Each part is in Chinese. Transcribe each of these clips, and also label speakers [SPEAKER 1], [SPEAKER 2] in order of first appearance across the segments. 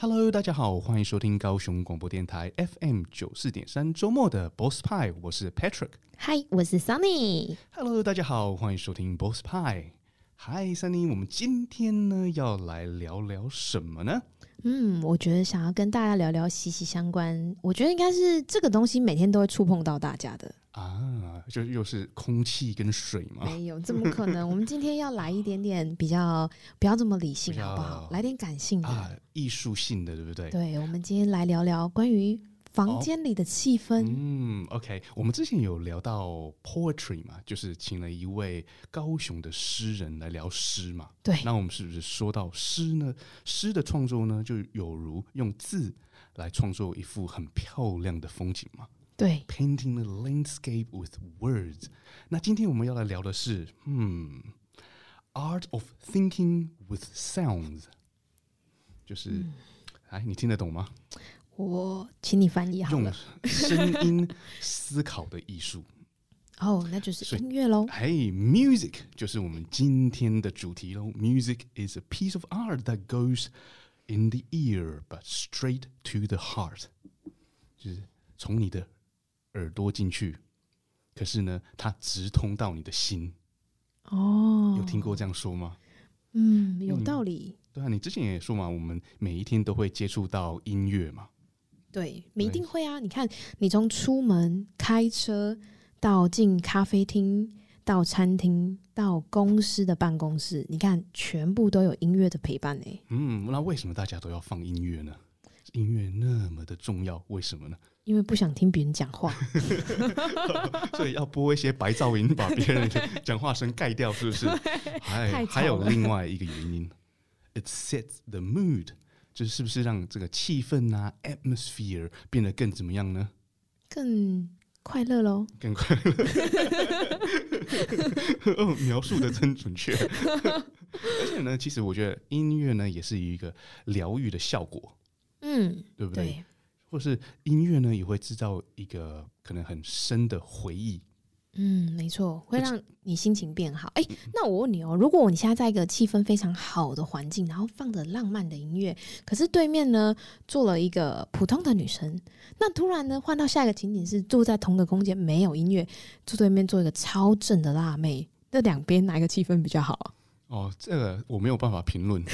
[SPEAKER 1] Hello，大家好，欢迎收听高雄广播电台 FM 九四点三周末的 Boss Pie，我是 Patrick。
[SPEAKER 2] 嗨，我是 Sunny。
[SPEAKER 1] Hello，大家好，欢迎收听 Boss Pie。Hi Sunny，我们今天呢要来聊聊什么呢？
[SPEAKER 2] 嗯，我觉得想要跟大家聊聊息息相关，我觉得应该是这个东西每天都会触碰到大家的。
[SPEAKER 1] 啊，就又是空气跟水嘛。
[SPEAKER 2] 没有，怎么 可能？我们今天要来一点点比较，不要这么理性
[SPEAKER 1] 比较
[SPEAKER 2] 好不好？来点感性的。
[SPEAKER 1] 啊，艺术性的，对不对？
[SPEAKER 2] 对，我们今天来聊聊关于房间里的气氛。
[SPEAKER 1] 嗯，OK，我们之前有聊到 poetry 嘛，就是请了一位高雄的诗人来聊诗嘛。
[SPEAKER 2] 对，
[SPEAKER 1] 那我们是不是说到诗呢？诗的创作呢，就有如用字来创作一幅很漂亮的风景嘛
[SPEAKER 2] 对，
[SPEAKER 1] ，painting a landscape with words。那今天我们要来聊的是，嗯，art of thinking with sounds，就是，哎，你听得懂吗？
[SPEAKER 2] 我请你翻译好
[SPEAKER 1] 用
[SPEAKER 2] 了。
[SPEAKER 1] 声音思考的艺术。
[SPEAKER 2] 哦，那就是音乐喽。
[SPEAKER 1] Hey, music 就是我们今天的主题喽。Music is a piece of art that goes in the ear, but straight to the heart，就是从你的耳朵进去，可是呢，它直通到你的心。
[SPEAKER 2] 哦
[SPEAKER 1] 有，听过这样说吗？
[SPEAKER 2] 嗯，有道理。
[SPEAKER 1] 对啊，你之前也说嘛，我们每一天都会接触到音乐嘛。
[SPEAKER 2] 对，你一
[SPEAKER 1] 对
[SPEAKER 2] 定会啊！你看，你从出门开车到进咖啡厅，到餐厅，到公司的办公室，你看，全部都有音乐的陪伴呢、欸
[SPEAKER 1] 嗯，那为什么大家都要放音乐呢？音乐那么的重要，为什么呢？
[SPEAKER 2] 因为不想听别人讲话。
[SPEAKER 1] 所以要播一些白噪音，把别人的讲话声盖掉，是 不是？还
[SPEAKER 2] 太吵
[SPEAKER 1] 还有
[SPEAKER 2] 了
[SPEAKER 1] 另外一个原因，it sets the mood，就是是不是让这个气氛啊，atmosphere 变得更怎么样呢？
[SPEAKER 2] 更快乐喽！
[SPEAKER 1] 更快 乐。哦，描述的真准确。而且呢，其实我觉得音乐呢也是一个疗愈的效果，
[SPEAKER 2] 嗯，
[SPEAKER 1] 对不
[SPEAKER 2] 对，
[SPEAKER 1] 或是音乐呢也会制造一个可能很深的回忆。
[SPEAKER 2] 嗯，没错，会让你心情变好。
[SPEAKER 1] 嗯
[SPEAKER 2] 哎、那我问你哦，如果你现在在一个气氛非常好的环境，然后放着浪漫的音乐，可是对面呢坐了一个普通的女生，那突然呢换到下一个情景是住在同个空间没有音乐，坐对面坐一个超正的辣妹，那两边哪一个气氛比较好啊？
[SPEAKER 1] 哦，这个我没有办法评论，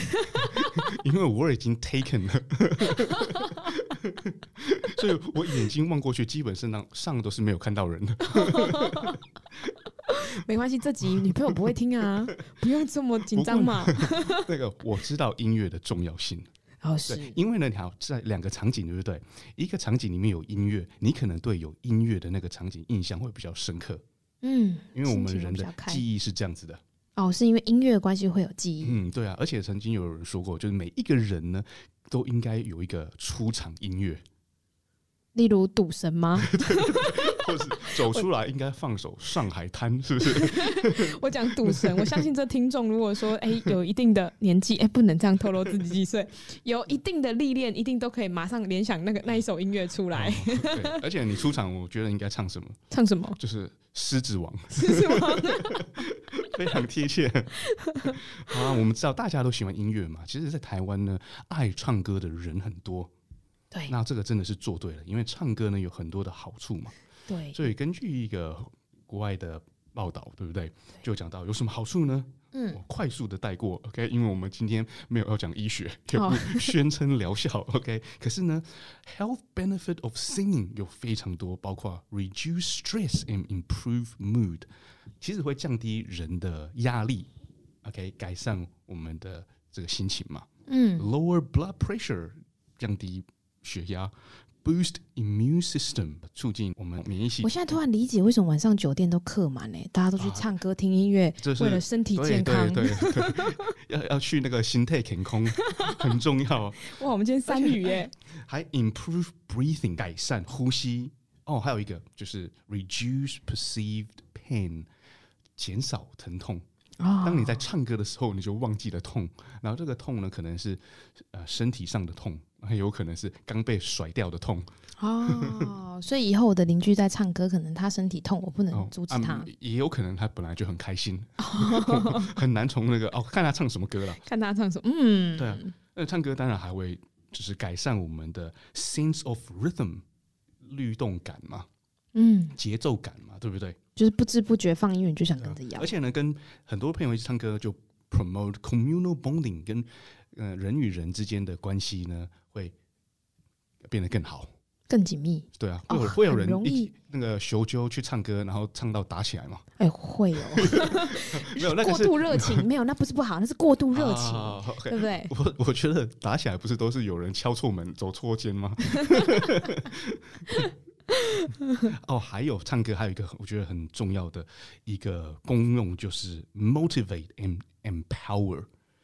[SPEAKER 1] 因为我已经 taken 了， 所以我眼睛望过去，基本上上都是没有看到人的。
[SPEAKER 2] 没关系，这集女朋友不会听啊， 不用这么紧张嘛。
[SPEAKER 1] 那个我知道音乐的重要性，
[SPEAKER 2] 哦，
[SPEAKER 1] 对
[SPEAKER 2] 是，，
[SPEAKER 1] 因为呢，你好在两个场景，对不对？一个场景里面有音乐，你可能对有音乐的那个场景印象会比较深刻，
[SPEAKER 2] 嗯，
[SPEAKER 1] 因为我们
[SPEAKER 2] 心情
[SPEAKER 1] 人
[SPEAKER 2] 会比
[SPEAKER 1] 的
[SPEAKER 2] 较开
[SPEAKER 1] 记忆是这样子的。
[SPEAKER 2] 哦，是因为音乐的关系会有记忆。
[SPEAKER 1] 嗯，对啊，而且曾经有人说过，就是每一个人呢，都应该有一个出场音乐。
[SPEAKER 2] 例如赌神吗？
[SPEAKER 1] 或是走出来应该放首《上海滩》，是不是？
[SPEAKER 2] 我讲赌 神，我相信这听众如果说，哎、有一定的年纪，哎、不能这样透露自己几岁，有一定的历练，一定都可以马上联想那个那一首音乐出来，
[SPEAKER 1] 哦对，而且你出场，我觉得应该唱什么？
[SPEAKER 2] 唱什么？
[SPEAKER 1] 就是《狮子王》，
[SPEAKER 2] 是什 么？
[SPEAKER 1] 非常贴切。 好啊，我们知道大家都喜欢音乐嘛，其实，在台湾呢，爱唱歌的人很多。
[SPEAKER 2] 对
[SPEAKER 1] 那这个真的是做对了，因为唱歌呢有很多的好处嘛。
[SPEAKER 2] 对，
[SPEAKER 1] 所以根据一个国外的报道，对不对？就讲到有什么好处呢？
[SPEAKER 2] 嗯，
[SPEAKER 1] 我快速的带过，OK，因为我们今天没有要讲医学，也
[SPEAKER 2] 哦
[SPEAKER 1] 不宣称疗效，OK。可是呢，health benefit of singing 有非常多，包括 reduce stress and improve mood，其实会降低人的压力，OK，改善我们的这个心情嘛。
[SPEAKER 2] 嗯
[SPEAKER 1] ，lower blood pressure 降低血压，boost immune system 促进我们免疫系
[SPEAKER 2] 我现在突然理解为什么晚上酒店都客满呢、大家都去唱歌、听音乐，
[SPEAKER 1] 这是
[SPEAKER 2] 为了身体
[SPEAKER 1] 对
[SPEAKER 2] 健康。
[SPEAKER 1] 对对对， 要要去那个心态健康很重要，
[SPEAKER 2] 哇，我们今天三语 耶、
[SPEAKER 1] 还 improve breathing 改善呼吸哦，还有一个就是 reduce perceived pain 减少疼痛。
[SPEAKER 2] 啊
[SPEAKER 1] 当你在唱歌的时候，你就忘记了痛，然后这个痛呢，可能是呃身体上的痛，还有可能是刚被甩掉的痛，
[SPEAKER 2] 哦，所以以后我的邻居在唱歌，可能他身体痛，我不
[SPEAKER 1] 哦
[SPEAKER 2] 能阻止
[SPEAKER 1] 啊
[SPEAKER 2] 他，
[SPEAKER 1] 也有可能他本来就很开心， 很难从那个哦看他唱什么歌了。
[SPEAKER 2] 看他唱什么。嗯，
[SPEAKER 1] 对啊，那唱歌当然还会就是改善我们的 sense of rhythm 律动感嘛，
[SPEAKER 2] 嗯，
[SPEAKER 1] 节奏感嘛，对不对？
[SPEAKER 2] 就是不知不觉放音乐你就想跟着摇
[SPEAKER 1] 而，且呢，跟很多朋友一起唱歌，就 promote communal bonding，跟呃人与人之间的关系呢会变得更好。
[SPEAKER 2] 更紧密。
[SPEAKER 1] 对啊，
[SPEAKER 2] 哦
[SPEAKER 1] 会有、会有
[SPEAKER 2] 很
[SPEAKER 1] 人
[SPEAKER 2] 容
[SPEAKER 1] 一起
[SPEAKER 2] 易
[SPEAKER 1] 那个求啾去唱歌，然后唱到打起来嘛？
[SPEAKER 2] 哎、会有
[SPEAKER 1] 没有，那个
[SPEAKER 2] 过
[SPEAKER 1] 是
[SPEAKER 2] 度热情，没有，那不是不好，那是过度热情，
[SPEAKER 1] 啊，OK
[SPEAKER 2] 对不对？
[SPEAKER 1] 我 我觉得打起来不是都是有人敲错门、走错间吗？ 哦，还有唱歌还有一个很我觉得很重要的一个功用就是 motivate and empower，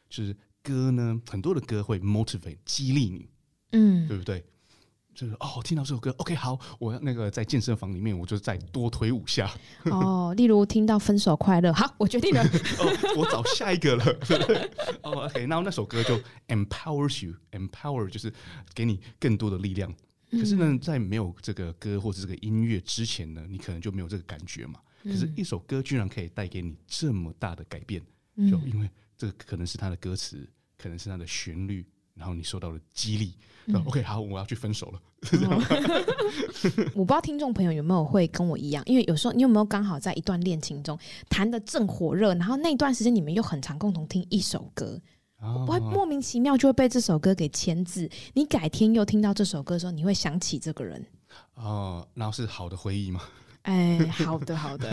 [SPEAKER 1] 就是歌呢很多的歌会 motivate 激励你，
[SPEAKER 2] 嗯，
[SPEAKER 1] 对不对？就是哦，听到这首歌，OK，好，我要那个在健身房里面，我就再多推五下。
[SPEAKER 2] 哦，例如听到分手快乐，好，我决 定了，
[SPEAKER 1] 哦，我找下一个了。 对不对哦，OK，然后那首歌就 empowers you，empower 就是给你更多的力量。
[SPEAKER 2] 嗯
[SPEAKER 1] 可是呢，在没有这个歌或者这个音乐之前呢，你可能就没有这个感觉嘛。
[SPEAKER 2] 嗯
[SPEAKER 1] 可是，一首歌居然可以带给你这么大的改变，就
[SPEAKER 2] 嗯，
[SPEAKER 1] 因为这个可能是它的歌词，可能是它的旋律，然后你受到了激励。
[SPEAKER 2] 嗯
[SPEAKER 1] 那 OK，好，我要去分手了。
[SPEAKER 2] 哦 我不知道听众朋友有没有会跟我一样，因为有时候你有没有刚好在一段恋情中谈的正火热，然后那段时间你们又很常共同听一首歌，
[SPEAKER 1] 啊
[SPEAKER 2] 我会莫名其妙就会被这首歌给牵制。你改天又听到这首歌的时候，你会想起这个人。
[SPEAKER 1] 哦，然后是好的回忆嘛？
[SPEAKER 2] 哎，好的，好 的，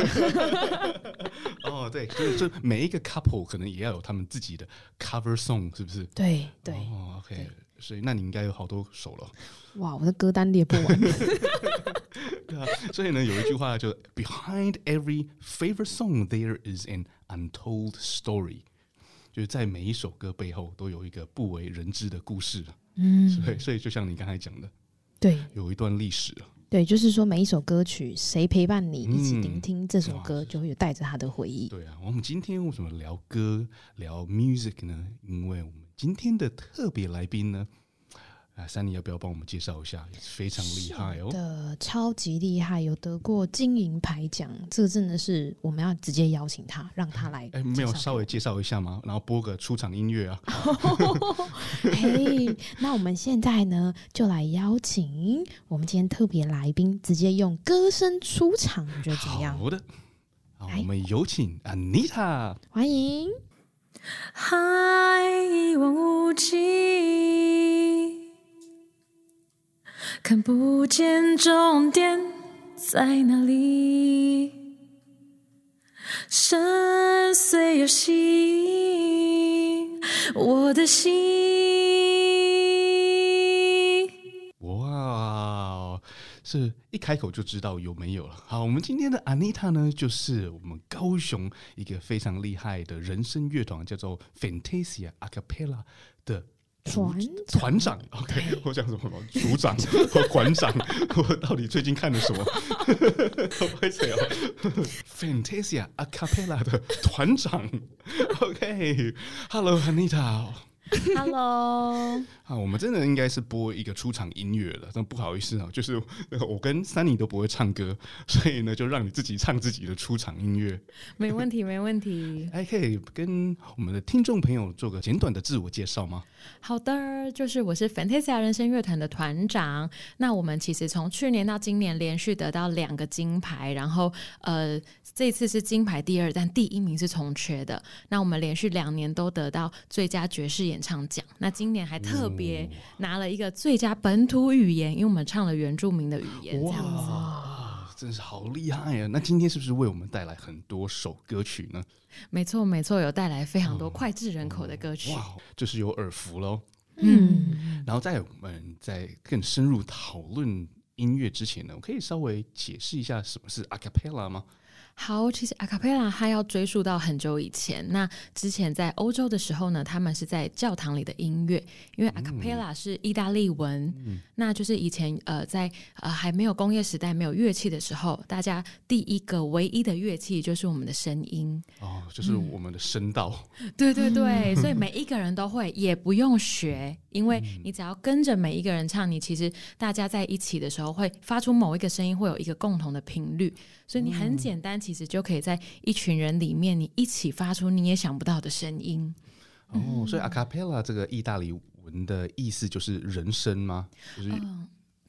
[SPEAKER 1] 哦，对，就是就每一个 couple 可能也要有他们自己的 cover song，是不是？
[SPEAKER 2] 对对，
[SPEAKER 1] 哦，OK，
[SPEAKER 2] 对
[SPEAKER 1] 所以那你应该有好多首了。
[SPEAKER 2] 哇，我的歌单列不 完。
[SPEAKER 1] 对啊， 所以呢，有一句话就 Behind every favorite song, there is an untold story。就是在每一首歌背后都有一个不为人知的故事，
[SPEAKER 2] 嗯，
[SPEAKER 1] 所以所以就像你刚才讲的，
[SPEAKER 2] 对
[SPEAKER 1] 有一段历史啊
[SPEAKER 2] 对，就是说每一首歌曲，谁陪伴你一起聆听这首
[SPEAKER 1] 嗯哇
[SPEAKER 2] 歌，就会有带着他的回忆。
[SPEAKER 1] 对啊，我们今天为什么聊歌、聊 music 呢？因为我们今天的特别来宾呢，啊，珊妮要不要帮我们介绍一下？也是非常厉害哦，
[SPEAKER 2] 的超级厉害，有得过金银牌奖，这个真的是我们要直接邀请他，让他来。
[SPEAKER 1] 哎，没有稍微介绍一下吗？然后播个出场音乐啊，
[SPEAKER 2] 嘿，那我们现在呢，就来邀请我们今天特别来宾，直接用歌声出场，你觉得怎么样？哎
[SPEAKER 1] 好的，好，
[SPEAKER 2] 来
[SPEAKER 1] 我们有请 Anita。
[SPEAKER 2] 欢迎。
[SPEAKER 3] 海一望无际，看不见终点在哪里。深邃又吸引我的心。
[SPEAKER 1] 哇，是一开口就知道有没有了。好，我们今天的 Anita 呢，就是我们高雄一个非常厉害的人声乐团，叫做 Fantasia a Cappella 的主
[SPEAKER 2] 团
[SPEAKER 1] 团长。OK，我讲什么？组 长和馆长，我到底最近看了什么？不 会谁哦？Fantasia a Cappella 的团长。OK，Hello、Anita。
[SPEAKER 3] Hello，
[SPEAKER 1] 啊，我们真的应该是播一个出场音乐了，但不好意思啊，就是 呃我跟三妮都不会唱歌，所以呢，就让你自己唱自己的出场音乐。
[SPEAKER 3] 没问题，没问题。
[SPEAKER 1] 哎，可以跟我们的听众朋友做个简短的自我介绍吗？
[SPEAKER 3] 好的，就是我是 Fantasia 人生乐团的团长。那我们其实从去年到今年连续得到两个金牌，然后呃，这次是金牌第二，但第一名是重缺的。那我们连续两年都得到最佳爵士演唱奖，那今年还特别拿了一个最佳本土语言，因为我们唱了原住民的语言。嗯这样子，
[SPEAKER 1] 哇，真是好厉害啊！那今天是不是为我们带来很多首歌曲呢？
[SPEAKER 3] 没错没错，有带来非常多脍炙人口的歌曲。
[SPEAKER 1] 哇，就是有耳福喽。
[SPEAKER 3] 嗯，
[SPEAKER 1] 然后在我们在更深入讨论音乐之前呢，我可以稍微解释一下什么是 a cappella 吗？
[SPEAKER 3] 好，其实阿卡贝拉它要追溯到很久以前。那之前在欧洲的时候呢，他们是在教堂里的音乐，因为阿卡贝拉是意大利文，那就是以前呃在呃还没有工业时代没有乐器的时候，大家第一个唯一的乐器就是我们的声音。
[SPEAKER 1] 哦，就是
[SPEAKER 3] 嗯
[SPEAKER 1] 我们的声道。
[SPEAKER 3] 对对对，所以每一个人都会，也不用学，因为你只要跟着每一个人唱，你其实大家在一起的时候会发出某一个声音，会有一个共同的频率，所以你很简单，其实就可以在一群人里面，你一起发出你也想不到的声音。嗯
[SPEAKER 1] 哦，所以 a cappella 这个意大利文文的意思就是人生吗？就是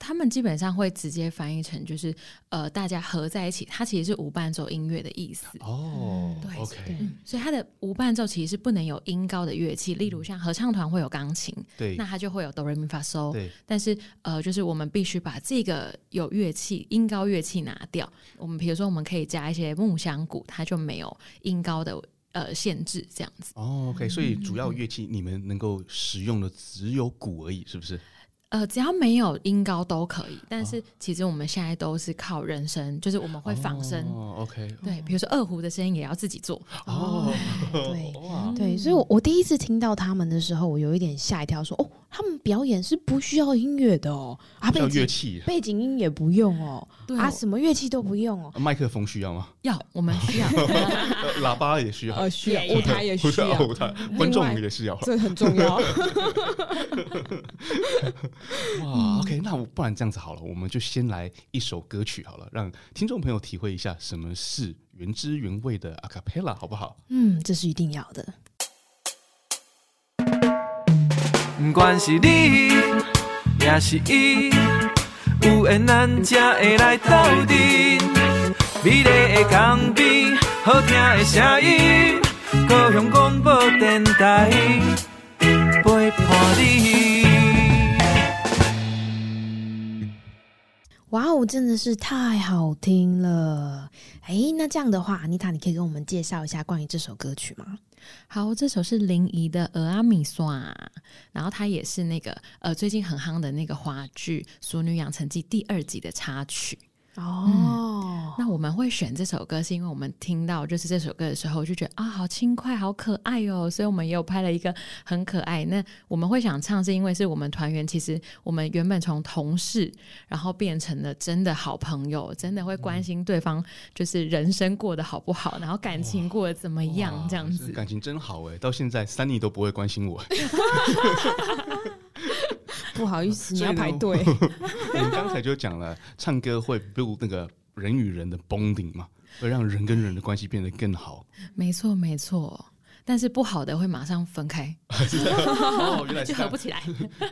[SPEAKER 3] 他们基本上会直接翻译成就是呃，大家合在一起，它其实是无伴奏音乐的意思。
[SPEAKER 1] 哦
[SPEAKER 3] 嗯对
[SPEAKER 1] ，OK，
[SPEAKER 2] 对
[SPEAKER 3] 所以它的无伴奏其实是不能有音高的乐器，例如像合唱团会有钢琴，
[SPEAKER 1] 对
[SPEAKER 3] 那它就会有哆来咪发嗦。
[SPEAKER 1] 对，
[SPEAKER 3] 但是呃，就是我们必须把这个有乐器音高乐器拿掉。我们比如说，我们可以加一些木箱鼓，它就没有音高的呃限制，这样子。
[SPEAKER 1] 哦，OK，所以
[SPEAKER 3] 嗯
[SPEAKER 1] 主要乐器你们能够使用的只有鼓而已，是不是？
[SPEAKER 3] 呃，只要没有音高都可以。但是其实我们现在都是靠人声，就是我们会仿声。
[SPEAKER 1] 哦，OK，
[SPEAKER 3] 对，比如说二胡的声音也要自己做，
[SPEAKER 1] 哦，
[SPEAKER 2] 对
[SPEAKER 1] 哇，
[SPEAKER 2] 对，所以我，我第一次听到他们的时候，我有一点吓一跳说哦，他们表演是不需要音乐的哦，啊，
[SPEAKER 1] 需
[SPEAKER 2] 背
[SPEAKER 1] 要乐
[SPEAKER 2] 景
[SPEAKER 1] 器，
[SPEAKER 2] 背景音也不用哦，
[SPEAKER 3] 对
[SPEAKER 2] 啊，什么乐器都不用哦，
[SPEAKER 1] 麦克风需要吗？
[SPEAKER 3] 要我们需要
[SPEAKER 1] 呃喇叭也需要，
[SPEAKER 2] 呃，需要
[SPEAKER 3] 也
[SPEAKER 2] 舞台也需要，嗯
[SPEAKER 1] 舞台观众也需要。
[SPEAKER 2] 这很重 要。嗯
[SPEAKER 1] 哇，OK，那我不然这样子好了，我们就先来一首歌曲好了，让听众朋友体会一下什么是原汁原味的 a cappella，好不好？
[SPEAKER 2] 嗯，这是一定要的。
[SPEAKER 4] 不管是你，也是伊，有缘咱才会来斗阵。美丽的江边，好听的声音，高雄广播电台陪伴你。
[SPEAKER 2] 哇哦，真的是太好听了！哎，那这样的话，安妮塔，你可以跟我们介绍一下关于这首歌曲吗？
[SPEAKER 3] 好，这首是林怡的《俄阿米算》，然后它也是那个呃最近很夯的那个华剧《俗女养成记》第二集的插曲。
[SPEAKER 2] 哦，
[SPEAKER 3] 那我们会选这首歌，是因为我们听到就是这首歌的时候，就觉得啊，好轻快，好可爱哦。所以我们也有拍了一个很可爱。那我们会想唱，是因为是我们团员，其实我们原本从同事，然后变成了真的好朋友，真的会关心对方，就是人生过得好不好，然后感情过得怎么样，这样子。
[SPEAKER 1] 感情真好哎，到现在三妮都不会关心我。
[SPEAKER 2] 不好意思，
[SPEAKER 1] 所
[SPEAKER 2] 你
[SPEAKER 1] 以呢
[SPEAKER 2] 要排队。
[SPEAKER 1] 我们刚才就讲了，唱歌会 build 那个人与人的 bonding 嘛，会让人跟人的关系变得更好。
[SPEAKER 3] 没错，没错。但是不好的会马上 分开，
[SPEAKER 1] 哦，原来
[SPEAKER 3] 就合不起来。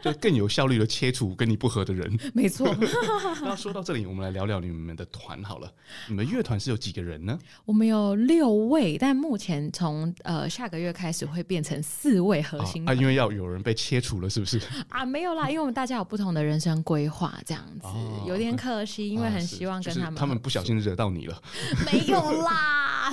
[SPEAKER 1] 就更有效率的切除跟你不合的人。
[SPEAKER 3] 没错，
[SPEAKER 1] 那说到这里，我们来聊聊你们的团好了。你们乐团是有几个人呢？
[SPEAKER 3] 我们有六位，但目前从呃下个月开始会变成四位核心
[SPEAKER 1] 啊，
[SPEAKER 3] 团
[SPEAKER 1] 因为要有人被切除了，是不是？
[SPEAKER 3] 啊没有啦，因为我们大家有不同的人生规划，这样子、
[SPEAKER 1] 哦
[SPEAKER 3] 有点可惜， 因为
[SPEAKER 1] 啊
[SPEAKER 3] 很
[SPEAKER 1] 是
[SPEAKER 3] 希望
[SPEAKER 1] 就
[SPEAKER 3] 跟
[SPEAKER 1] 是
[SPEAKER 3] 他
[SPEAKER 1] 他
[SPEAKER 3] 们合作。
[SPEAKER 1] 们不小心惹到你了。
[SPEAKER 3] 没有啦，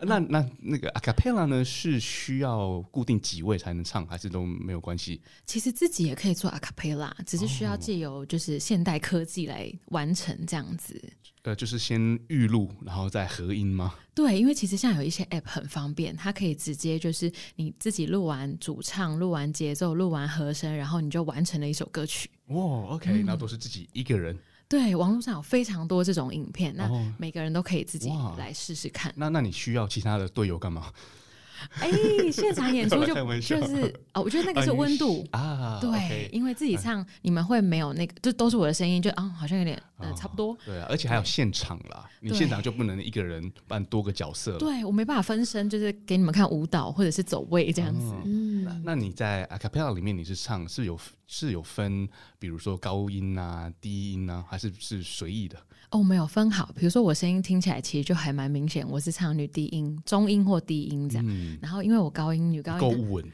[SPEAKER 1] 那那那个 a cappella 呢，是需要固定几位才能唱，还是都没有关系？
[SPEAKER 3] 其实自己也可以做 a cappella，只是需要借由就是现代科技来完成这样子。
[SPEAKER 1] 呃，就是先预录，然后再合音吗？
[SPEAKER 3] 对，因为其实像有一些 app 很方便，它可以直接就是你自己录完主唱、录完节奏、录完和声，然后你就完成了一首歌曲。
[SPEAKER 1] 哇，OK，那都是自己一个人。
[SPEAKER 3] 对，网络上有非常多这种影片，那
[SPEAKER 1] 哦
[SPEAKER 3] 每个人都可以自己
[SPEAKER 1] 哇
[SPEAKER 3] 来试试看。
[SPEAKER 1] 那那你需要其他的队友干嘛？
[SPEAKER 3] 哎、现场演 出
[SPEAKER 1] 开
[SPEAKER 3] 就
[SPEAKER 1] 玩笑
[SPEAKER 3] 就是哦，我觉得那个
[SPEAKER 1] 啊
[SPEAKER 3] 是
[SPEAKER 1] 你
[SPEAKER 3] 温
[SPEAKER 1] 是
[SPEAKER 3] 度。
[SPEAKER 1] 啊，
[SPEAKER 3] 对
[SPEAKER 1] OK
[SPEAKER 3] 因为自己唱，你们会没有那个，就都是我的声音，就啊、好像有点呃，差不多。
[SPEAKER 1] 对啊，而且还有现场啦，你
[SPEAKER 3] 对
[SPEAKER 1] 现场就不能一个人扮多个角色了。
[SPEAKER 3] 对我没办法分身，就是给你们看舞蹈或者是走位这样子。
[SPEAKER 1] 哦嗯那
[SPEAKER 2] 嗯
[SPEAKER 1] 那你在 a cappella 里面你是唱是有是有分，比如说高音啊、低音啊，还是是随意的？
[SPEAKER 3] 哦，我们有分好，比如说我声音听起来其实就还蛮明显，我是唱女低音、中音或低音
[SPEAKER 2] 啊
[SPEAKER 3] 这样。
[SPEAKER 1] 嗯，
[SPEAKER 3] 然后因为我高音、女高
[SPEAKER 1] 够
[SPEAKER 3] 音，
[SPEAKER 1] 稳。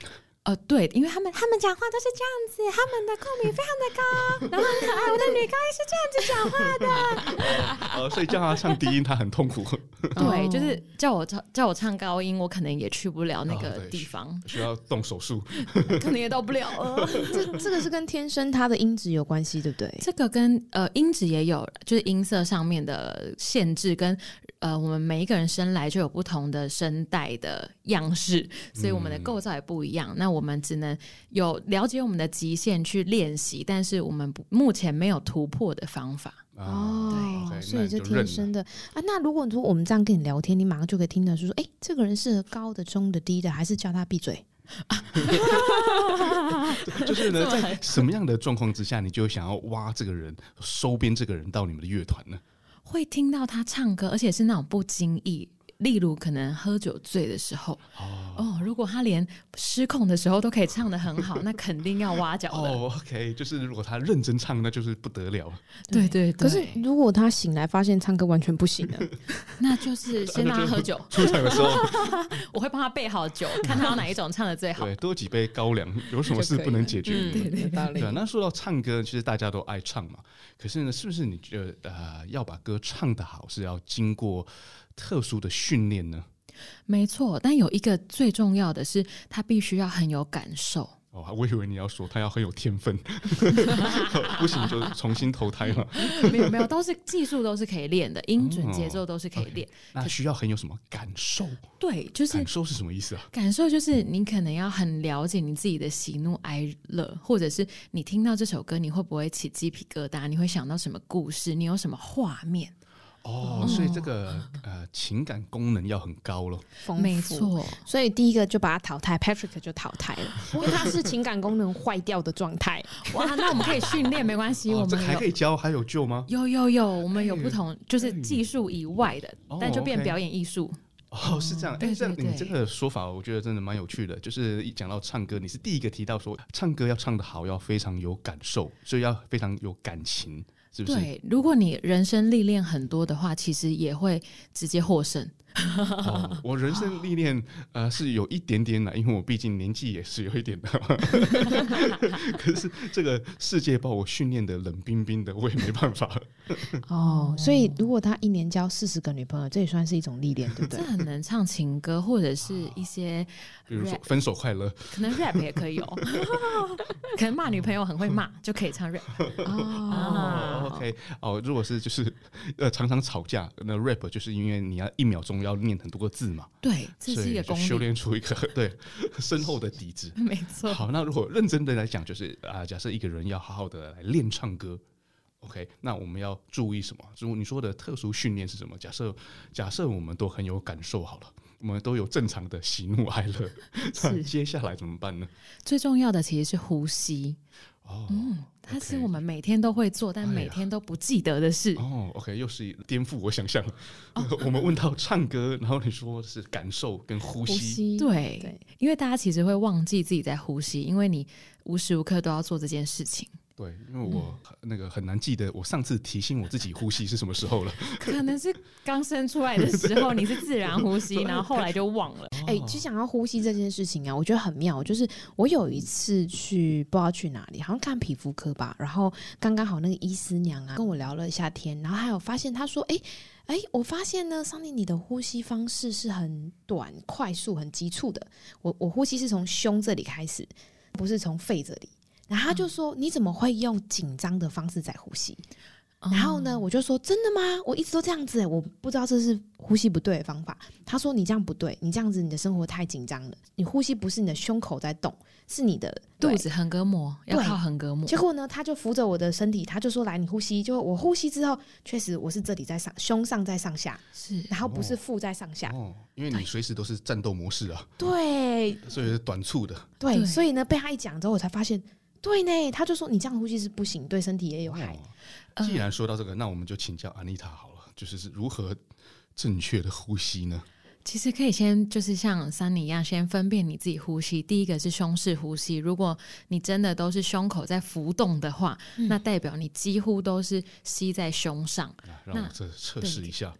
[SPEAKER 3] 呃，对，因为他们他们讲话都是这样子，他们的共鸣非常的高，然后很可爱。啊我的女高音是这样子讲话
[SPEAKER 1] 呃，所以叫他唱低音，他很痛苦，
[SPEAKER 3] 对，就是叫我唱叫我唱高音，我可能也去不了那
[SPEAKER 1] 哦
[SPEAKER 3] 个
[SPEAKER 1] 对
[SPEAKER 3] 地方，
[SPEAKER 1] 需要动手术。
[SPEAKER 3] 可能也到不了了。
[SPEAKER 2] 这这个是跟天生他的音质有关系，对不对？
[SPEAKER 3] 这个跟呃音质也有，就是音色上面的限制跟。呃，我们每一个人生来就有不同的声带的样式，所以我们
[SPEAKER 1] 嗯
[SPEAKER 3] 的构造也不一样。那我们只能有了解我们的极限去练习，但是我们不目前没有突破的方法。
[SPEAKER 1] 啊
[SPEAKER 2] 哦
[SPEAKER 1] OK，
[SPEAKER 2] 所
[SPEAKER 1] 那
[SPEAKER 2] 以
[SPEAKER 1] 你
[SPEAKER 2] 这
[SPEAKER 1] 就认
[SPEAKER 2] 天
[SPEAKER 1] 了
[SPEAKER 2] 生 的啊。那如果说我们这样跟你聊天，你马上就可以听得出说，哎、这个人适合高的、中的、低的，还是叫他闭嘴？
[SPEAKER 1] 就是呢，在什么样的状况之下，你就想要挖这个人、收编这个人到你们的乐团呢？
[SPEAKER 3] 会听到他唱歌，而且是那种不经意。例如可能喝酒醉的时候，
[SPEAKER 1] 哦
[SPEAKER 3] 哦，如果他连失控的时候都可以唱得很 好，那肯定要挖角的。
[SPEAKER 1] 哦，OK，就是如果他认真唱，那就是不得 了，
[SPEAKER 3] 对对对，
[SPEAKER 2] 可是如果他醒来发现唱歌完全 不行了，
[SPEAKER 3] 那就是先让他喝酒，
[SPEAKER 1] 出场的时候，
[SPEAKER 3] 我会帮他备好酒，看他要哪一种唱的最好。
[SPEAKER 1] 对，多几杯高粱，有什么事不能解决的？
[SPEAKER 3] 就可以了
[SPEAKER 2] 有道理
[SPEAKER 1] 对啊，那说到唱歌，其实大家都爱唱嘛。可是呢，是不是你觉得呃，要把歌唱得好，是要经过特殊的训练呢？
[SPEAKER 3] 没错，但有一个最重要的是，他必须要很有感受。
[SPEAKER 1] 哦，我以为你要说他要很有天分， 不行就重新投胎 嘛。
[SPEAKER 3] 没有没有，都是技术都是可以练的，音准
[SPEAKER 1] 哦
[SPEAKER 3] 节奏都是可以练。
[SPEAKER 1] 那需要很有什么感受？
[SPEAKER 3] 对，就是
[SPEAKER 1] 感受是什么意思啊？
[SPEAKER 3] 感受，就是你可能要很了解你自己的喜怒哀乐，或者是你听到这首歌，你会不会起鸡皮疙瘩？你会想到什么故事？你有什么画面？
[SPEAKER 1] 哦，所以这个呃情感功能要很高咯。
[SPEAKER 2] 丰富
[SPEAKER 3] 没。错，
[SPEAKER 2] 所以第一个就把他淘汰，Patrick 就淘汰 了，因为他是情感功能坏掉的状态。
[SPEAKER 3] 哇，那我们可以训练，没关系，
[SPEAKER 1] 哦
[SPEAKER 3] 我
[SPEAKER 1] 这个
[SPEAKER 3] 们
[SPEAKER 1] 还
[SPEAKER 3] 有
[SPEAKER 1] 可以教，还有救吗？
[SPEAKER 3] 有有有，我们有
[SPEAKER 1] 哎
[SPEAKER 3] 不同，就是
[SPEAKER 1] 哎
[SPEAKER 3] 技术以外的
[SPEAKER 1] 哦，
[SPEAKER 3] 但就变
[SPEAKER 1] OK
[SPEAKER 3] 表演艺术。
[SPEAKER 1] 哦，是这样，哎、
[SPEAKER 3] 对
[SPEAKER 1] 这样
[SPEAKER 3] 对
[SPEAKER 1] 你
[SPEAKER 3] 对
[SPEAKER 1] 这个说法，我觉得真的蛮有趣的。就是一讲到唱歌，你是第一个提到说唱歌要唱得好，要非常有感受，所以要非常有感情，是不是？
[SPEAKER 3] 对，如果你人生历练很多的话，其实也会直接获胜。
[SPEAKER 1] 哦，我人生历练呃是有一点点的，因为我毕竟年纪也是有一点的。 可是这个世界把我训练的冷冰冰的，我也没办法。
[SPEAKER 2] 哦，所以如果他一年交四十个女朋友，这也算是一种历练， 对不
[SPEAKER 3] 这
[SPEAKER 2] 对？
[SPEAKER 3] 很能唱情歌，或者是一些
[SPEAKER 1] 比如说
[SPEAKER 3] rap，
[SPEAKER 1] 分手快乐，
[SPEAKER 3] 可能 rap 也可以 哦。可能骂女朋友很会骂，就可以唱 rap。啊
[SPEAKER 1] 哦，OK，哦，如果是就是呃常常吵架，那 rap 就是因为你要一秒钟要念很多个字嘛。
[SPEAKER 3] 对，这
[SPEAKER 1] 所
[SPEAKER 3] 是
[SPEAKER 1] 以
[SPEAKER 3] 一个
[SPEAKER 1] 就
[SPEAKER 3] 功
[SPEAKER 1] 修
[SPEAKER 3] 力。。
[SPEAKER 1] 炼出一个对 深厚的底子
[SPEAKER 3] 没错，
[SPEAKER 1] 好，那如果认真的来讲，就是啊、假设一个人要好好的来练唱歌，OK，那我们要注意什么？如果你说的特殊训练是什么？假设假设我们都很有感受好了。我们都有正常的喜怒哀乐， 那
[SPEAKER 3] 是
[SPEAKER 1] 接下来怎么办呢？
[SPEAKER 3] 最重要的其实是呼吸，
[SPEAKER 1] 哦、
[SPEAKER 3] 它是
[SPEAKER 1] OK
[SPEAKER 3] 我们每天都会做，但
[SPEAKER 1] 哎呀
[SPEAKER 3] 每天都不记得的事。
[SPEAKER 1] 哦，OK，又是颠覆我想象了。
[SPEAKER 3] 哦
[SPEAKER 1] 我们问到唱歌，然后你说是感受跟呼吸，
[SPEAKER 3] 对，
[SPEAKER 2] 对
[SPEAKER 3] 因为大家其实会忘记自己在呼吸，因为你无时无刻都要做这件事情。
[SPEAKER 1] 对，因为我很那个很难记得我上次提醒我自己呼吸是什么时候了。
[SPEAKER 3] 可能是刚生出来的时 候你是自然呼吸，然后后来就忘了。
[SPEAKER 2] 哎、其实讲到呼吸这件事情啊，我觉得很妙。就是我有一次去不知道去哪里，好像看皮肤科吧，然后刚刚好那个医师娘啊跟我聊了一下天，然后还有发现她说，哎、哎、我发现呢，桑尼你的呼吸方式是很短、快速、很急促的。我我呼吸是从胸这里开始，不是从肺这里。然后他就
[SPEAKER 3] 嗯
[SPEAKER 2] 说：“你怎么会用紧张的方式在呼吸？”
[SPEAKER 3] 哦
[SPEAKER 2] 然后呢，我就说：“真的吗？我一直都这样子、欸，我不知道这是呼吸不对的方法。”他说：“你这样不对，你这样子你的生活太紧张了，你呼吸不是你的胸口在动，是你的
[SPEAKER 3] 肚。子横膈膜要
[SPEAKER 2] 对
[SPEAKER 3] 靠横膈”
[SPEAKER 1] 嗯
[SPEAKER 3] 膜
[SPEAKER 2] 结，果呢，他就扶着我的身体，他就说：“来，你呼吸。”就我呼吸之后，确实我是这里在上，胸上在上下，
[SPEAKER 3] 是
[SPEAKER 2] 然后不是腹在上下。
[SPEAKER 1] 哦，因为你随时都是战斗模式啊，
[SPEAKER 2] 对
[SPEAKER 1] 所以是短促的。
[SPEAKER 2] 对
[SPEAKER 3] 对
[SPEAKER 2] 所以呢，被他一讲之后，我才发现，对呢，他就说你这样呼吸是不行，对身体也有害。
[SPEAKER 3] 嗯
[SPEAKER 1] 哦既然说到这个，那我们就请教安妮塔好了，就是是如何正确的呼吸呢？
[SPEAKER 3] 其实可以先就是像桑尼一样，先分辨你自己呼吸。第一个是胸式呼吸，如果你真的都是胸口在浮动的话，那代表你几乎都是吸在胸上。
[SPEAKER 1] 啊让我
[SPEAKER 3] 那
[SPEAKER 1] 这测试一下。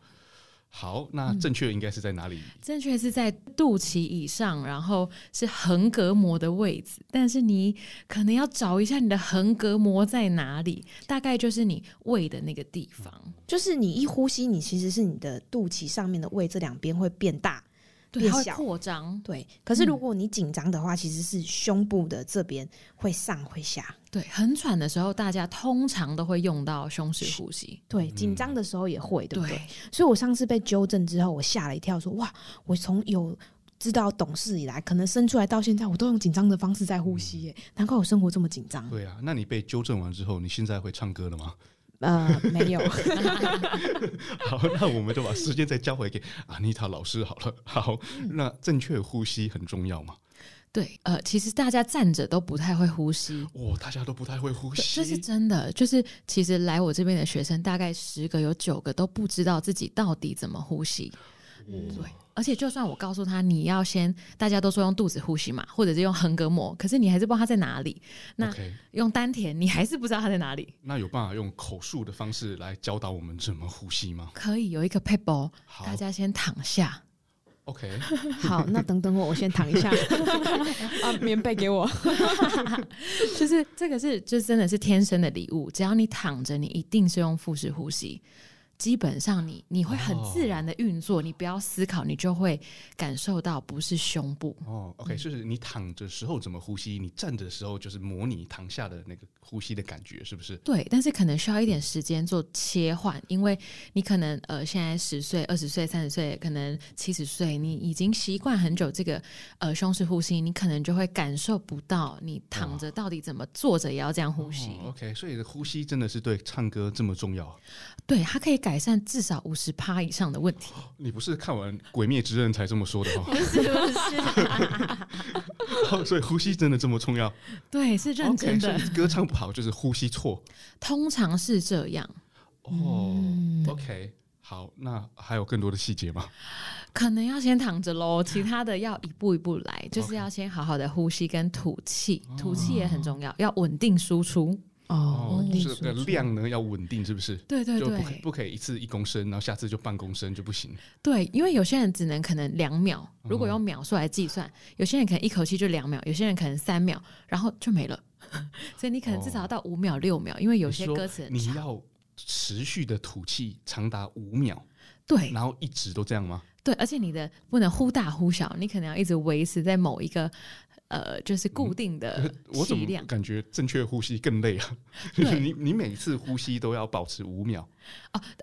[SPEAKER 1] 好，
[SPEAKER 3] 嗯
[SPEAKER 1] 那正确应该是在哪里？
[SPEAKER 3] 正确是在肚脐以上，然后是横膈膜的位置，但是你可能要找一下你的横膈膜在哪里，大概就是你胃的那个地方，
[SPEAKER 2] 就是你一呼吸，你其实是你的肚脐上面的胃这两边会变大。
[SPEAKER 3] 对，
[SPEAKER 2] 变
[SPEAKER 3] 它会
[SPEAKER 2] 小
[SPEAKER 3] 扩张，
[SPEAKER 2] 对，可
[SPEAKER 1] 嗯
[SPEAKER 2] 是如果你紧张的话，其实是胸部的这边会上会下。
[SPEAKER 3] 对，很喘的时候，大家通常都会用到胸式呼吸，
[SPEAKER 2] 对，
[SPEAKER 1] 嗯
[SPEAKER 2] 紧张的时候也会，对不对？
[SPEAKER 3] 对
[SPEAKER 2] 所以我上次被纠正之后，我吓了一跳说哇，我从有知道懂事以来，可能生出来到现在，我都用紧张的方式在呼吸耶，难怪我生活这么紧张。
[SPEAKER 1] 对啊，那你被纠正完之后，你现在会唱歌了吗？
[SPEAKER 2] 呃，没 有，
[SPEAKER 1] 好，那我们就把时间再交回给安妮塔老师好了。好，
[SPEAKER 3] 嗯
[SPEAKER 1] 那正确呼吸很重要嘛？
[SPEAKER 3] 对，呃，其实大家站着都不太会呼吸。
[SPEAKER 1] 哇，哦大家都不太会呼
[SPEAKER 3] 对这是
[SPEAKER 1] 吸，
[SPEAKER 3] 真的，就是其实来我这边的学生，大概十个有九个都不知道自己到底怎么呼吸。
[SPEAKER 1] 嗯
[SPEAKER 3] 对，而且就算我告诉他你要先，大家都说用肚子呼吸嘛，或者是用横膈膜，可是你还是不知道他在哪里。那
[SPEAKER 1] OK，
[SPEAKER 3] 用丹田，你还是不知道他在哪里。
[SPEAKER 1] 那有办法用口述的方式来教导我们怎么呼吸吗？
[SPEAKER 3] 可以有一个 paper，
[SPEAKER 1] 好
[SPEAKER 3] 大家先躺下。
[SPEAKER 1] ，OK，
[SPEAKER 2] 好，那等等我，我先躺一下。 啊，棉被给我。
[SPEAKER 3] 就是这个是，就真的是天生的礼物。只要你躺着，你一定是用腹式呼吸。基本上你你会很自然的运作，你不要思考，你就会感受到不是胸部。
[SPEAKER 1] 哦，OK，就是你躺着时候怎么呼吸，你站着时候就是模拟躺下的那个呼吸的感觉，是不是？
[SPEAKER 3] 对，但是可能需要一点时间做切换，因为你可能呃现在十岁、二十岁、三十岁，可能七十岁，你已经习惯很久这个呃胸式呼吸，你可能就会感受不到你躺着到底怎么坐着也要这样呼吸。
[SPEAKER 1] 哦、OK，所以呼吸真的是对唱歌这么重要。
[SPEAKER 3] 对，它可以改善至少五十趴以上的问题。
[SPEAKER 1] 你不是看完《鬼灭之刃》才这么说的哦，
[SPEAKER 3] 是啊不是？
[SPEAKER 1] 哦所以呼吸真的这么重要？
[SPEAKER 3] 对，是认真
[SPEAKER 1] o
[SPEAKER 3] 的
[SPEAKER 1] k 所以歌唱不好就是呼吸错。
[SPEAKER 3] 通常是这样。
[SPEAKER 1] 哦、o
[SPEAKER 3] 嗯
[SPEAKER 1] k 好，那还有更多的细节吗？
[SPEAKER 3] 可能要先躺着
[SPEAKER 1] 啊
[SPEAKER 3] 喽，其他的要一步一步来，就是要先好好的呼吸跟吐气，吐气也很重要，要稳定输出。
[SPEAKER 1] 哦，
[SPEAKER 2] 我
[SPEAKER 1] 就
[SPEAKER 2] 跟你
[SPEAKER 1] 是那
[SPEAKER 2] 说
[SPEAKER 1] 个量呢要稳定，是不是？
[SPEAKER 3] 对对
[SPEAKER 1] 就不可
[SPEAKER 3] 对
[SPEAKER 1] 不可以一次一公升，然后下次就半公升就不行。
[SPEAKER 3] 对，因为有些人只能可能两秒，
[SPEAKER 1] 嗯
[SPEAKER 3] 如果用秒数来计算，有些人可能一口气就两秒，有些人可能三秒，然后就没了。 所以你可能至少要到五秒六秒，因为有些
[SPEAKER 1] 哦你说
[SPEAKER 3] 歌词很
[SPEAKER 1] 你
[SPEAKER 3] 长。
[SPEAKER 1] 要持续的吐气长达五秒，
[SPEAKER 3] 对
[SPEAKER 1] 然后一直都这样吗？
[SPEAKER 3] 对，而且你的不能忽大忽小，你可能要一直维持在某一个呃，就是固定的
[SPEAKER 1] 嗯 我怎
[SPEAKER 3] 气
[SPEAKER 1] 么
[SPEAKER 3] 量。
[SPEAKER 1] 感觉正确呼吸更累 啊？就是
[SPEAKER 3] 对
[SPEAKER 1] 你你每次呼吸都要保持五秒。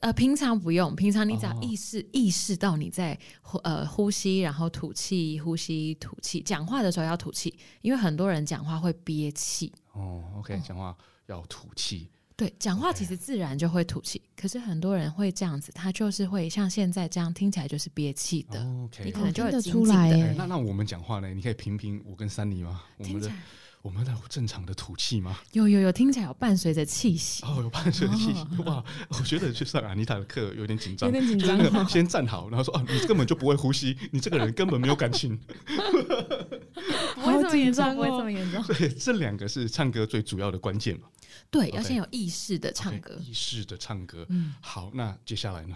[SPEAKER 3] 呃，平常不用，平常你只要
[SPEAKER 1] 哦
[SPEAKER 3] 意识、意识到你在呼呃呼吸，然后吐气，呼吸吐气。讲话的时候要吐气，因为很多人讲话会憋气。
[SPEAKER 1] 哦，OK，讲
[SPEAKER 3] 嗯
[SPEAKER 1] 话要吐气。
[SPEAKER 3] 对，讲话其实自然就会吐气，可是很多人会这样子，他就是会像现在这样，听起来就是憋气的。
[SPEAKER 1] OK，
[SPEAKER 3] 你可能啊就会
[SPEAKER 2] 真的
[SPEAKER 3] 紧
[SPEAKER 2] 出
[SPEAKER 3] 紧
[SPEAKER 2] 来
[SPEAKER 3] 的
[SPEAKER 1] 哎
[SPEAKER 2] 耶，
[SPEAKER 1] 那那我们讲话呢？你可以评评我跟三妮吗？我
[SPEAKER 3] 听
[SPEAKER 1] 们
[SPEAKER 3] 起
[SPEAKER 1] 的
[SPEAKER 3] 来
[SPEAKER 1] 我们的正常的吐气 吗？
[SPEAKER 3] 有有有，听起来有伴随着气息。
[SPEAKER 1] 哦，有伴随的气息 哇！我觉得去上安妮塔的课有点紧张
[SPEAKER 2] 有，点紧
[SPEAKER 1] 就是
[SPEAKER 2] 张
[SPEAKER 1] 那
[SPEAKER 2] 哦
[SPEAKER 1] 个。先站好，然后说啊，你根本就不会呼吸，你这个人根本没有感情。
[SPEAKER 3] 不
[SPEAKER 2] 会这么严重
[SPEAKER 3] 不会
[SPEAKER 2] 哦
[SPEAKER 3] 这么严 重。
[SPEAKER 1] 对，这两个是唱歌最主要的关键嘛。
[SPEAKER 3] 对，
[SPEAKER 1] OK
[SPEAKER 3] 要先有意识的唱
[SPEAKER 1] OK，
[SPEAKER 3] 歌。
[SPEAKER 1] 意识的唱歌。
[SPEAKER 3] 嗯
[SPEAKER 1] 好，那接下来呢？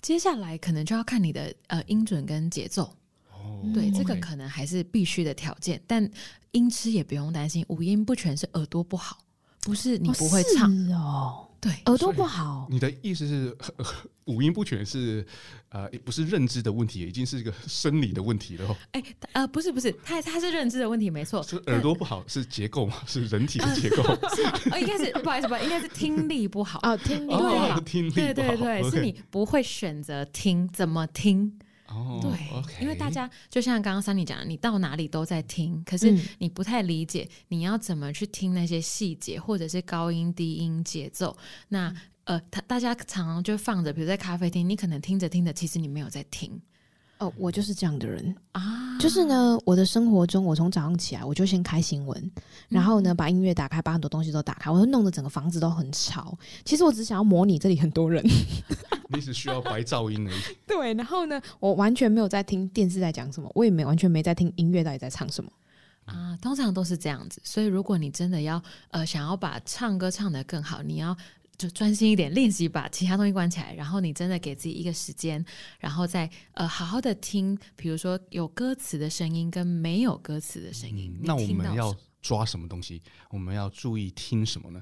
[SPEAKER 3] 接下来可能就要看你的呃音准跟节奏。
[SPEAKER 1] 哦，
[SPEAKER 3] 对，
[SPEAKER 2] 嗯
[SPEAKER 3] 这个
[SPEAKER 1] OK
[SPEAKER 3] 可能还是必须的条件，但音痴也不用担心，五音不全是耳朵不好，不是你不会唱。
[SPEAKER 2] 哦是哦，
[SPEAKER 3] 对，
[SPEAKER 2] 耳朵不好，
[SPEAKER 1] 你的意思是呵呵五音不全是呃，不是认知的问题，已经是一个生理的问题了哦。
[SPEAKER 3] 哎、呃，不是不是，他他是认知的问题，没错。
[SPEAKER 1] 是耳朵不好，是结构吗？是人体的结构？
[SPEAKER 3] 但，哦呃，应该是不好意思，不好意思，应该是听力不好。
[SPEAKER 2] 哦，听力
[SPEAKER 3] 对
[SPEAKER 1] 哦
[SPEAKER 3] 啊
[SPEAKER 1] 听力
[SPEAKER 3] 对
[SPEAKER 1] 不
[SPEAKER 3] 对
[SPEAKER 1] 好
[SPEAKER 3] 对，是
[SPEAKER 1] OK
[SPEAKER 3] 你不会选择听，怎么听？
[SPEAKER 1] 哦，
[SPEAKER 3] 对
[SPEAKER 1] o k
[SPEAKER 3] 因为大家就像刚刚桑尼讲的，你到哪里都在听，可是
[SPEAKER 2] 嗯
[SPEAKER 3] 你不太理解你要怎么去听那些细节，或者是高音、低音、节奏。那呃，他大家常常就放着，比如在咖啡厅，你可能听着听着，其实你没有在听
[SPEAKER 2] 哦，我就是这样的人。
[SPEAKER 3] 啊。
[SPEAKER 2] 就是呢，我的生活中，我从早上起来我就先开新闻，然后呢把音乐打开，把很多东西都打开，我就弄得整个房子都很吵。其实我只想要模拟这里很多人，
[SPEAKER 1] 你只需要白噪音而 已。
[SPEAKER 2] 对。然后呢，我完全没有在听电视在讲什么，我也没完全没在听音乐到底在唱什么。
[SPEAKER 3] 啊，通常都是这样子。所以如果你真的要呃想要把唱歌唱得更好，你要。就专心一点练习，把其他东西关起来，然后你真的给自己一个时间，然后再呃好好的听，比如说有歌词的声音跟没有歌词的声音。
[SPEAKER 1] 嗯
[SPEAKER 3] 你
[SPEAKER 1] 那我
[SPEAKER 3] 听
[SPEAKER 1] 们
[SPEAKER 3] 到
[SPEAKER 1] 要
[SPEAKER 3] 什么
[SPEAKER 1] 抓什么东西？我们要注意听什么呢？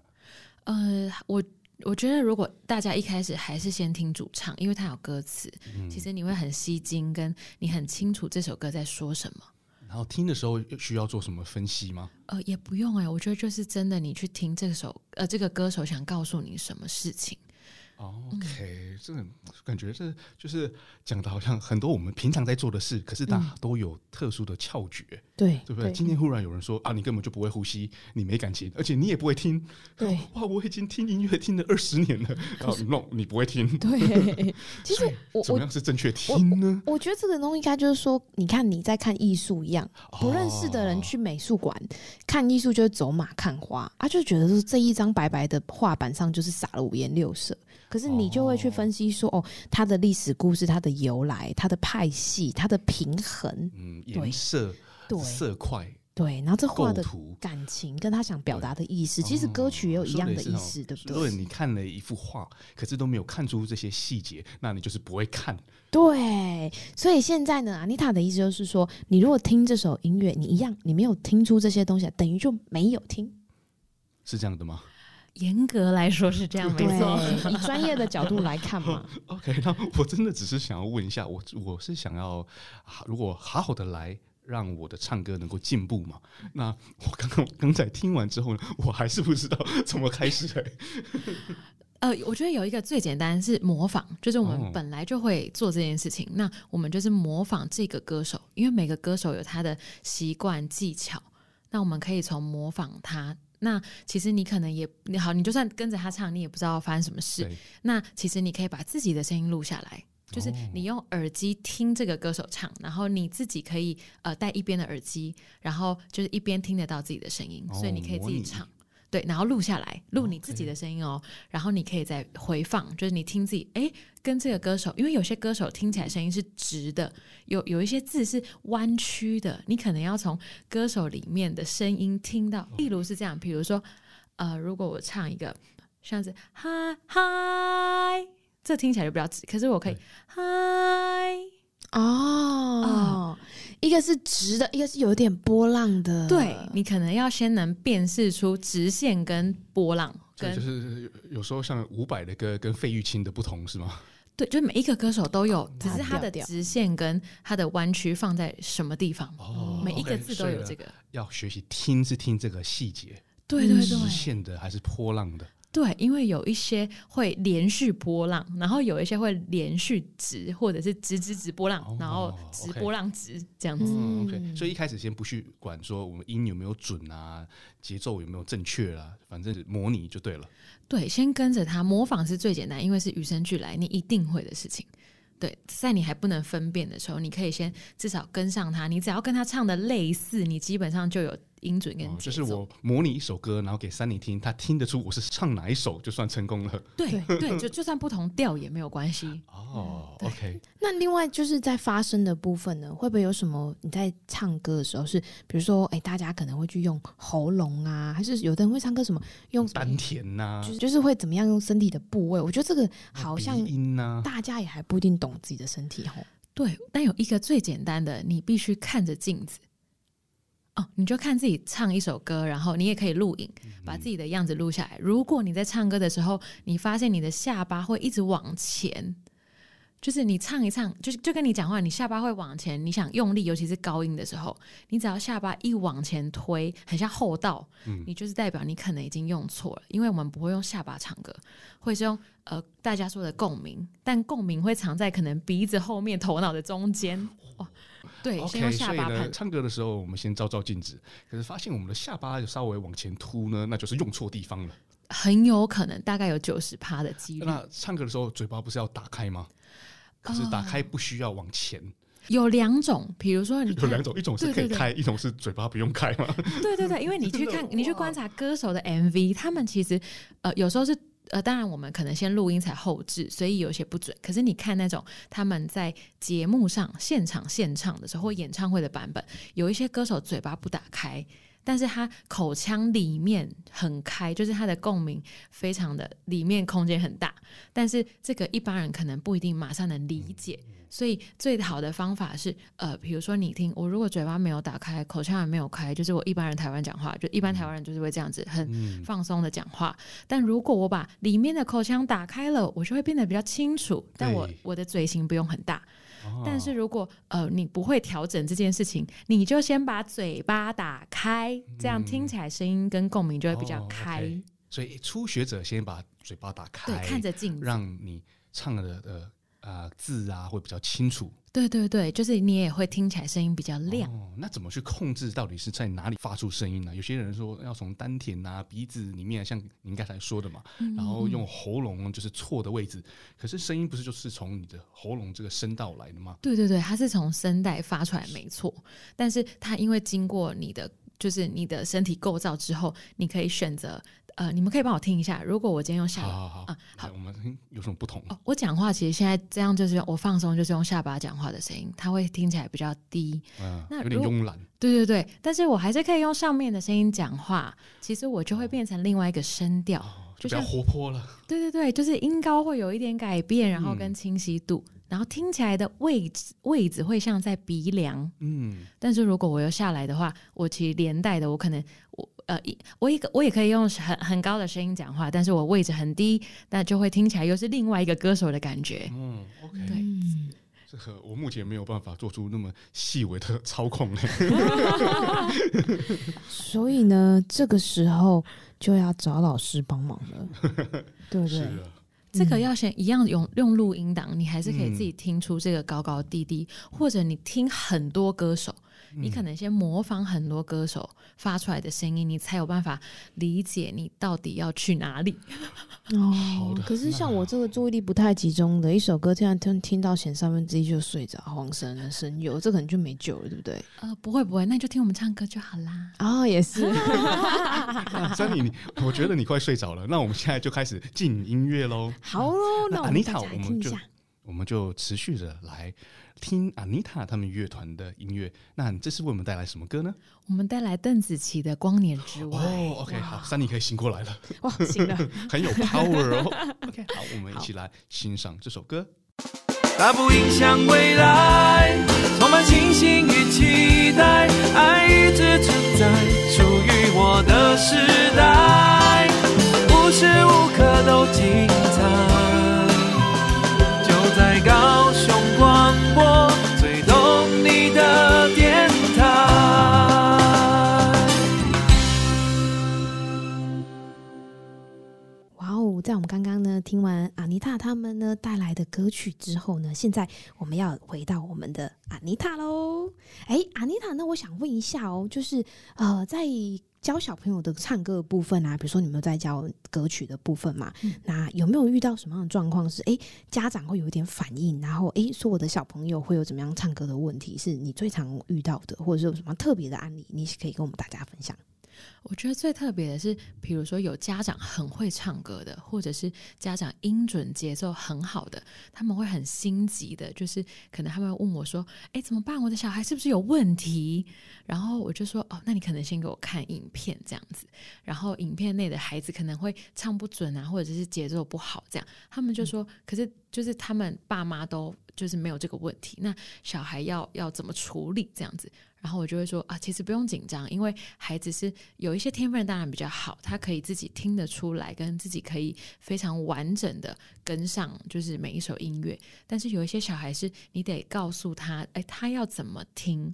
[SPEAKER 3] 呃，我我觉得如果大家一开始还是先听主唱，因为它有歌词，
[SPEAKER 1] 嗯
[SPEAKER 3] 其实你会很吸睛，跟你很清楚这首歌在说什么。
[SPEAKER 1] 然后听的时候需要做什么分析吗？
[SPEAKER 3] 呃，也不用哎、我觉得就是真的，你去听这首呃这个歌手想告诉你什么事情。
[SPEAKER 2] 嗯
[SPEAKER 1] OK，这个感觉这就是讲的好像很多我们平常在做的事，可是它都有特殊的窍诀。
[SPEAKER 2] 嗯对
[SPEAKER 1] 对不对？今天忽然有人说啊，你根本就不会呼吸，你没感情，而且你也不会听。
[SPEAKER 2] 对
[SPEAKER 1] 哇，我已经听音乐听了二十年了，啊，no，你不会听，
[SPEAKER 2] 对， 其实我
[SPEAKER 1] 怎么
[SPEAKER 2] 我
[SPEAKER 1] 样是正确听呢？
[SPEAKER 2] 我觉得这个东西应该就是说，你看你在看艺术一样，不认识的人
[SPEAKER 1] 哦
[SPEAKER 2] 去美术馆、看艺术就是走马看花，啊，就觉得说这一张白白的画板上就是撒了五颜六色。可是你就会去分析说，哦，它的历史故事、它的由来、它的派系、它的平衡，
[SPEAKER 1] 嗯，
[SPEAKER 2] 对
[SPEAKER 1] 颜色、
[SPEAKER 2] 对
[SPEAKER 1] 色块、
[SPEAKER 2] 对，然后这画
[SPEAKER 1] 构
[SPEAKER 2] 的
[SPEAKER 1] 图。哦
[SPEAKER 2] 感情跟他想表达的意思，其实歌曲也有一样的意思，对不
[SPEAKER 1] 如果
[SPEAKER 2] 对？
[SPEAKER 1] 哦你看了一幅画，可是都没有看出这些细节，那你就是不会看。
[SPEAKER 2] 对，所以现在呢，安妮塔的意思就是说，你如果听这首音乐，你一样你没有听出这些东西，等于就没有听。
[SPEAKER 1] 是这样的吗
[SPEAKER 3] 严格来说是这样，没错。
[SPEAKER 2] 对，以专业的角度来看嘛，
[SPEAKER 1] ？OK，那 我真的只是想要问一下，我我是想要，啊如果好好的来让我的唱歌能够进步嘛？那我刚刚刚才听完之后呢，我还是不知道 怎么开始、 欸。
[SPEAKER 3] 呃，我觉得有一个最简单是模仿，就是我
[SPEAKER 1] 哦
[SPEAKER 3] 们本来就会做这件事情，那我们就是模仿这个歌手，因为每个歌手有他的习惯技巧，那我们可以从模仿他。那其实你可能也你好，你就算跟着他唱，你也不知道发生什么事。
[SPEAKER 1] 对，
[SPEAKER 3] 那其实你可以把自己的声音录下来，就是
[SPEAKER 1] 哦
[SPEAKER 3] 你用耳机听这个歌手唱，然后你自己可以呃戴一边的耳机，然后就是一边听得到自己的声音，
[SPEAKER 1] 哦
[SPEAKER 3] 所以你可以自
[SPEAKER 1] 模
[SPEAKER 3] 己
[SPEAKER 1] 拟
[SPEAKER 3] 唱。对，然后录下来，录你
[SPEAKER 1] OK
[SPEAKER 3] 自己的声音哦然后你可以再回放，就是你听自己，哎，跟这个歌手，因为有些歌手听起来声音是直的，有有一些字是弯曲的，你可能要从歌手里面的声音听
[SPEAKER 1] 哦
[SPEAKER 3] 到，例如是这样，比如说，呃，如果我唱一个像是嗨嗨，这听起来就比较直，可是我可以
[SPEAKER 1] 对
[SPEAKER 3] 嗨，
[SPEAKER 2] 哦，一个是直的，一个是有点波浪的，
[SPEAKER 3] 对
[SPEAKER 1] 呃
[SPEAKER 3] 你可能要先能辨识出直线跟波浪，
[SPEAKER 1] 所以
[SPEAKER 3] 跟
[SPEAKER 1] 就是有有时候像伍佰的歌跟费玉清的不同是吗？
[SPEAKER 3] 对，就是每一个歌手都
[SPEAKER 1] 哦
[SPEAKER 3] 有，只
[SPEAKER 2] 它
[SPEAKER 3] 是他
[SPEAKER 2] 调
[SPEAKER 3] 的
[SPEAKER 2] 调
[SPEAKER 3] 直线跟他的弯曲放在什么地方，
[SPEAKER 1] 哦
[SPEAKER 3] 嗯每一个
[SPEAKER 1] OK，
[SPEAKER 3] 字都有
[SPEAKER 1] 所
[SPEAKER 3] 这
[SPEAKER 1] 以呢
[SPEAKER 3] 个。
[SPEAKER 1] 要学习听是听这个细节，
[SPEAKER 3] 对对
[SPEAKER 1] 直
[SPEAKER 3] 对
[SPEAKER 1] 线的还是波浪的？
[SPEAKER 3] 对，因为有一些会连续波浪，然后有一些会连续直，或者是直直直波浪，
[SPEAKER 1] 哦
[SPEAKER 3] 然后直
[SPEAKER 1] OK
[SPEAKER 3] 波浪直这样子。
[SPEAKER 1] 嗯
[SPEAKER 2] 嗯
[SPEAKER 1] ，OK，所以一开始先不去管说我们音有没有准啊，节奏有没有正确啊，反正模拟就对了。
[SPEAKER 3] 对，先跟着他模仿是最简单，因为是与生俱来，你一定会的事情。对，在你还不能分辨的时候，你可以先至少跟上他。你只要跟他唱的类似，你基本上就有音准跟
[SPEAKER 1] 哦，
[SPEAKER 3] 节
[SPEAKER 1] 就是
[SPEAKER 3] 奏。
[SPEAKER 1] 我模拟一首歌，然后给三妮听，她听得出我是唱哪一首，就算成功了。
[SPEAKER 3] 对对，就就算不同调也没有关系。
[SPEAKER 1] 哦，OK，
[SPEAKER 2] 那另外就是在发声的部分呢，会不会有什么？你在唱歌的时候是，比如说，哎、大家可能会去用喉咙啊，还是有的人会唱歌什么用什么
[SPEAKER 1] 丹田呐、
[SPEAKER 2] 就是就是会怎么样用身体的部位？我觉得这个好像
[SPEAKER 1] 鼻音呐、
[SPEAKER 2] 大家也还不一定懂自己的身体吼。
[SPEAKER 3] 对，但有一个最简单的，你必须看着镜子。哦，你就看自己唱一首歌，然后你也可以录影，
[SPEAKER 1] 嗯
[SPEAKER 3] 把自己的样子录下来。如果你在唱歌的时候，你发现你的下巴会一直往前，就是你唱一唱，就是就跟你讲话，你下巴会往前，你想用力，尤其是高音的时候，你只要下巴一往前推，很像后倒，
[SPEAKER 1] 嗯
[SPEAKER 3] 你就是代表你可能已经用错了，因为我们不会用下巴唱歌，会是用呃大家说的共鸣，但共鸣会藏在可能鼻子后面、头脑的中间。哦，对
[SPEAKER 1] o
[SPEAKER 3] 先用
[SPEAKER 1] k
[SPEAKER 3] 下
[SPEAKER 1] 所以
[SPEAKER 3] 巴
[SPEAKER 1] 呢，
[SPEAKER 3] 判
[SPEAKER 1] 唱歌的时候我们先照照镜子，可是发现我们的下巴有稍微往前凸呢，那就是用错地方了。
[SPEAKER 3] 很有可能大概有九十趴的几率。
[SPEAKER 1] 那唱歌的时候嘴巴不是要打开吗？可是打开不需要往前，
[SPEAKER 3] 有两种，比 如说你
[SPEAKER 1] 有
[SPEAKER 3] 看，
[SPEAKER 1] 两种，一种是可以
[SPEAKER 3] 对对对
[SPEAKER 1] 开，一种是嘴巴不用开嘛。
[SPEAKER 3] 对对对，因为你去
[SPEAKER 1] 真的
[SPEAKER 3] 看，你去
[SPEAKER 1] 哇
[SPEAKER 3] 观察歌手的 MV，他们其实呃有时候是。呃，当然，我们可能先录音才后置，所以有些不准。可是你看那种他们在节目上现场现唱的时候，或演唱会的版本，有一些歌手嘴巴不打开，但是他口腔里面很开，就是他的共鸣非常的里面空间很大。但是这个一般人可能不一定马上能理解，所以最好的方法是，呃，比如说你听我如果嘴巴没有打开，口腔也没有开，就是我一般人台湾讲话，就一般台湾人就是会这样子很
[SPEAKER 1] 嗯，
[SPEAKER 3] 放松的讲话。但如果我把里面的口腔打开了，我就会变得比较清楚，但我
[SPEAKER 1] 对
[SPEAKER 3] 我的嘴型不用很大。
[SPEAKER 1] 哦
[SPEAKER 3] 但是如果呃你不会调整这件事情，你就先把嘴巴打开，这样
[SPEAKER 1] 嗯
[SPEAKER 3] 听起来声音跟共鸣就会比较
[SPEAKER 1] 哦
[SPEAKER 3] 开。
[SPEAKER 1] OK 所以初学者先把嘴巴打开，
[SPEAKER 3] 对，看着镜子。
[SPEAKER 1] 让你唱的呃呃字啊会比较清楚。
[SPEAKER 3] 对对对，就是你也会听起来声音比较亮。
[SPEAKER 1] 哦，那怎么去控制到底是在哪里发出声音呢？有些人说要从丹田啊、鼻子里面，像您刚才说的嘛，
[SPEAKER 3] 嗯
[SPEAKER 1] 然后用喉咙就是错的位置。可是声音不是就是从你的喉咙这个声道来的吗？
[SPEAKER 3] 对对对，它是从声带发出来，没错。但是它因为经过你的，就是你的身体构造之后，你可以选择，呃，你们可以帮我听一下。如果我今天用下
[SPEAKER 1] 好
[SPEAKER 3] 巴，
[SPEAKER 1] 好好，
[SPEAKER 3] 啊
[SPEAKER 1] 来我们听有什么不同？
[SPEAKER 3] 哦，我讲话其实现在这样就是我放松，就是用下巴讲话的声音，它会听起来比较低。
[SPEAKER 1] 嗯，
[SPEAKER 3] 那
[SPEAKER 1] 有点
[SPEAKER 3] 如
[SPEAKER 1] 慵懒。
[SPEAKER 3] 对对对，但是我还是可以用上面的声音讲话，其实我就会变成另外一个声调。
[SPEAKER 1] 哦，就
[SPEAKER 3] 就
[SPEAKER 1] 比较
[SPEAKER 3] 像
[SPEAKER 1] 活泼了。
[SPEAKER 3] 对对对，就是音高会有一点改变，然后
[SPEAKER 1] 嗯
[SPEAKER 3] 跟清晰度，然后听起来的位置位置会像在鼻梁。
[SPEAKER 1] 嗯，
[SPEAKER 3] 但是如果我又下来的话，我其实连带的，我可能我呃一我也可我也可以用很很高的声音讲话，但是我位置很低，那就会听起来又是另外一个歌手的感觉。
[SPEAKER 1] 嗯，OK，
[SPEAKER 3] 对
[SPEAKER 2] 嗯，
[SPEAKER 1] 这个我目前没有办法做出那么细微的操 控。嘿
[SPEAKER 2] 所以呢，这个时候就要找老师帮忙了，对不
[SPEAKER 1] 是
[SPEAKER 2] 对？
[SPEAKER 1] 啊，
[SPEAKER 3] 这个要先一样用用录音档，你还是可以自
[SPEAKER 1] 嗯
[SPEAKER 3] 己听出这个高高低低，或者你听很多歌手，
[SPEAKER 1] 嗯
[SPEAKER 3] 你可能先模仿很多歌手发出来的声音，你才有办法理解你到底要去哪里。
[SPEAKER 1] 好
[SPEAKER 2] 哦
[SPEAKER 1] 的，
[SPEAKER 2] 可是像
[SPEAKER 1] 那
[SPEAKER 2] 我这个注意力不太集中的，一首歌听听听到前三分之一就睡着，黄神的声优，这可能就没救了，对不对？
[SPEAKER 3] 呃，不会不会，那你就听我们唱歌就好啦。
[SPEAKER 2] 啊、也是，
[SPEAKER 1] 那珊妮，你我觉得你快睡着了，那我们现在就开始进音乐喽。
[SPEAKER 2] 好喽，
[SPEAKER 1] 那
[SPEAKER 2] 那我们
[SPEAKER 1] Anita，
[SPEAKER 2] 大家来
[SPEAKER 1] 我们
[SPEAKER 2] 听一
[SPEAKER 1] 就
[SPEAKER 2] 下。
[SPEAKER 1] 我们就持续的来听 Anita 他们乐团的音乐。那你这是为我们带来什么歌呢？
[SPEAKER 3] 我们带来邓紫棋的《光年之外》
[SPEAKER 1] 哦，OK，好，珊妮可以醒过来了，
[SPEAKER 2] 哇，行了，
[SPEAKER 1] 很有 power 哦。OK，好， 我们一起来欣赏这首歌。
[SPEAKER 4] 大步迎向未来，充满信心与期待，爱一直存在，属于我的时代，无时无刻都精彩。就在高雄广播最懂你的电台。
[SPEAKER 2] 哇哦！在我们刚刚呢听完阿妮塔他们呢带来的歌曲之后呢，现在我们要回到我们的阿妮塔喽。哎，阿妮塔，那我想问一下哦，就是呃，在教小朋友的唱歌的部分啊，比如说你们有在教歌曲的部分嘛，
[SPEAKER 3] 嗯
[SPEAKER 2] 那有没有遇到什么样的状况是哎家长会有一点反应，然后哎说我的小朋友会有怎么样唱歌的问题，是你最常遇到的，或者是有什么特别的案例，你可以跟我们大家分享。
[SPEAKER 3] 我觉得最特别的是，比如说有家长很会唱歌的，或者是家长音准节奏很好的，他们会很心急的，就是可能他们会问我说：“哎，怎么办？我的小孩是不是有问题？”然后我就说：“哦，那你可能先给我看影片这样子。”然后影片内的孩子可能会唱不准啊，或者是节奏不好这样，他们就说：“可是就是他们爸妈都就是没有这个问题，那小孩要要怎么处理这样子？”然后我就会说啊，其实不用紧张，因为孩子是有一些天分，当然比较好，他可以自己听得出来，跟自己可以非常完整的跟上，就是每一首音乐。但是有一些小孩是你得告诉他，哎，他要怎么听，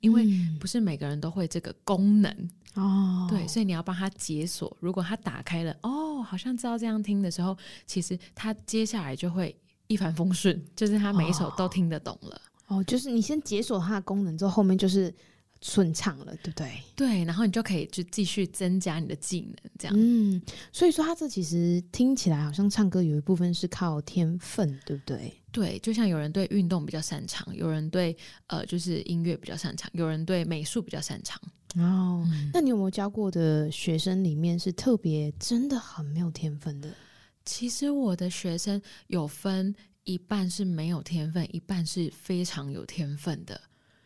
[SPEAKER 3] 因为不是每个人都会这个功能，
[SPEAKER 2] 嗯哦
[SPEAKER 3] 对，所以你要帮他解锁。如果他打开了，哦，好像知道这样听的时候，其实他接下来就会一帆风顺，就是他每一首都听得懂了。
[SPEAKER 2] 哦，就是你先解锁它的功能之后，后面就是顺畅了，对不对？
[SPEAKER 3] 对，然后你就可以就继续增加你的技能，这样。
[SPEAKER 2] 嗯，所以说它这其实听起来好像唱歌有一部分是靠天分，对不对？
[SPEAKER 3] 对，就像有人对运动比较擅长，有人对呃就是音乐比较擅长，有人对美术比较擅长。
[SPEAKER 2] 哦，
[SPEAKER 3] 嗯
[SPEAKER 2] 那你有没有教过的学生里面是特别真的很没有天分的？
[SPEAKER 3] 其实我的学生有分一半是没有天分，一半是非常有天分的。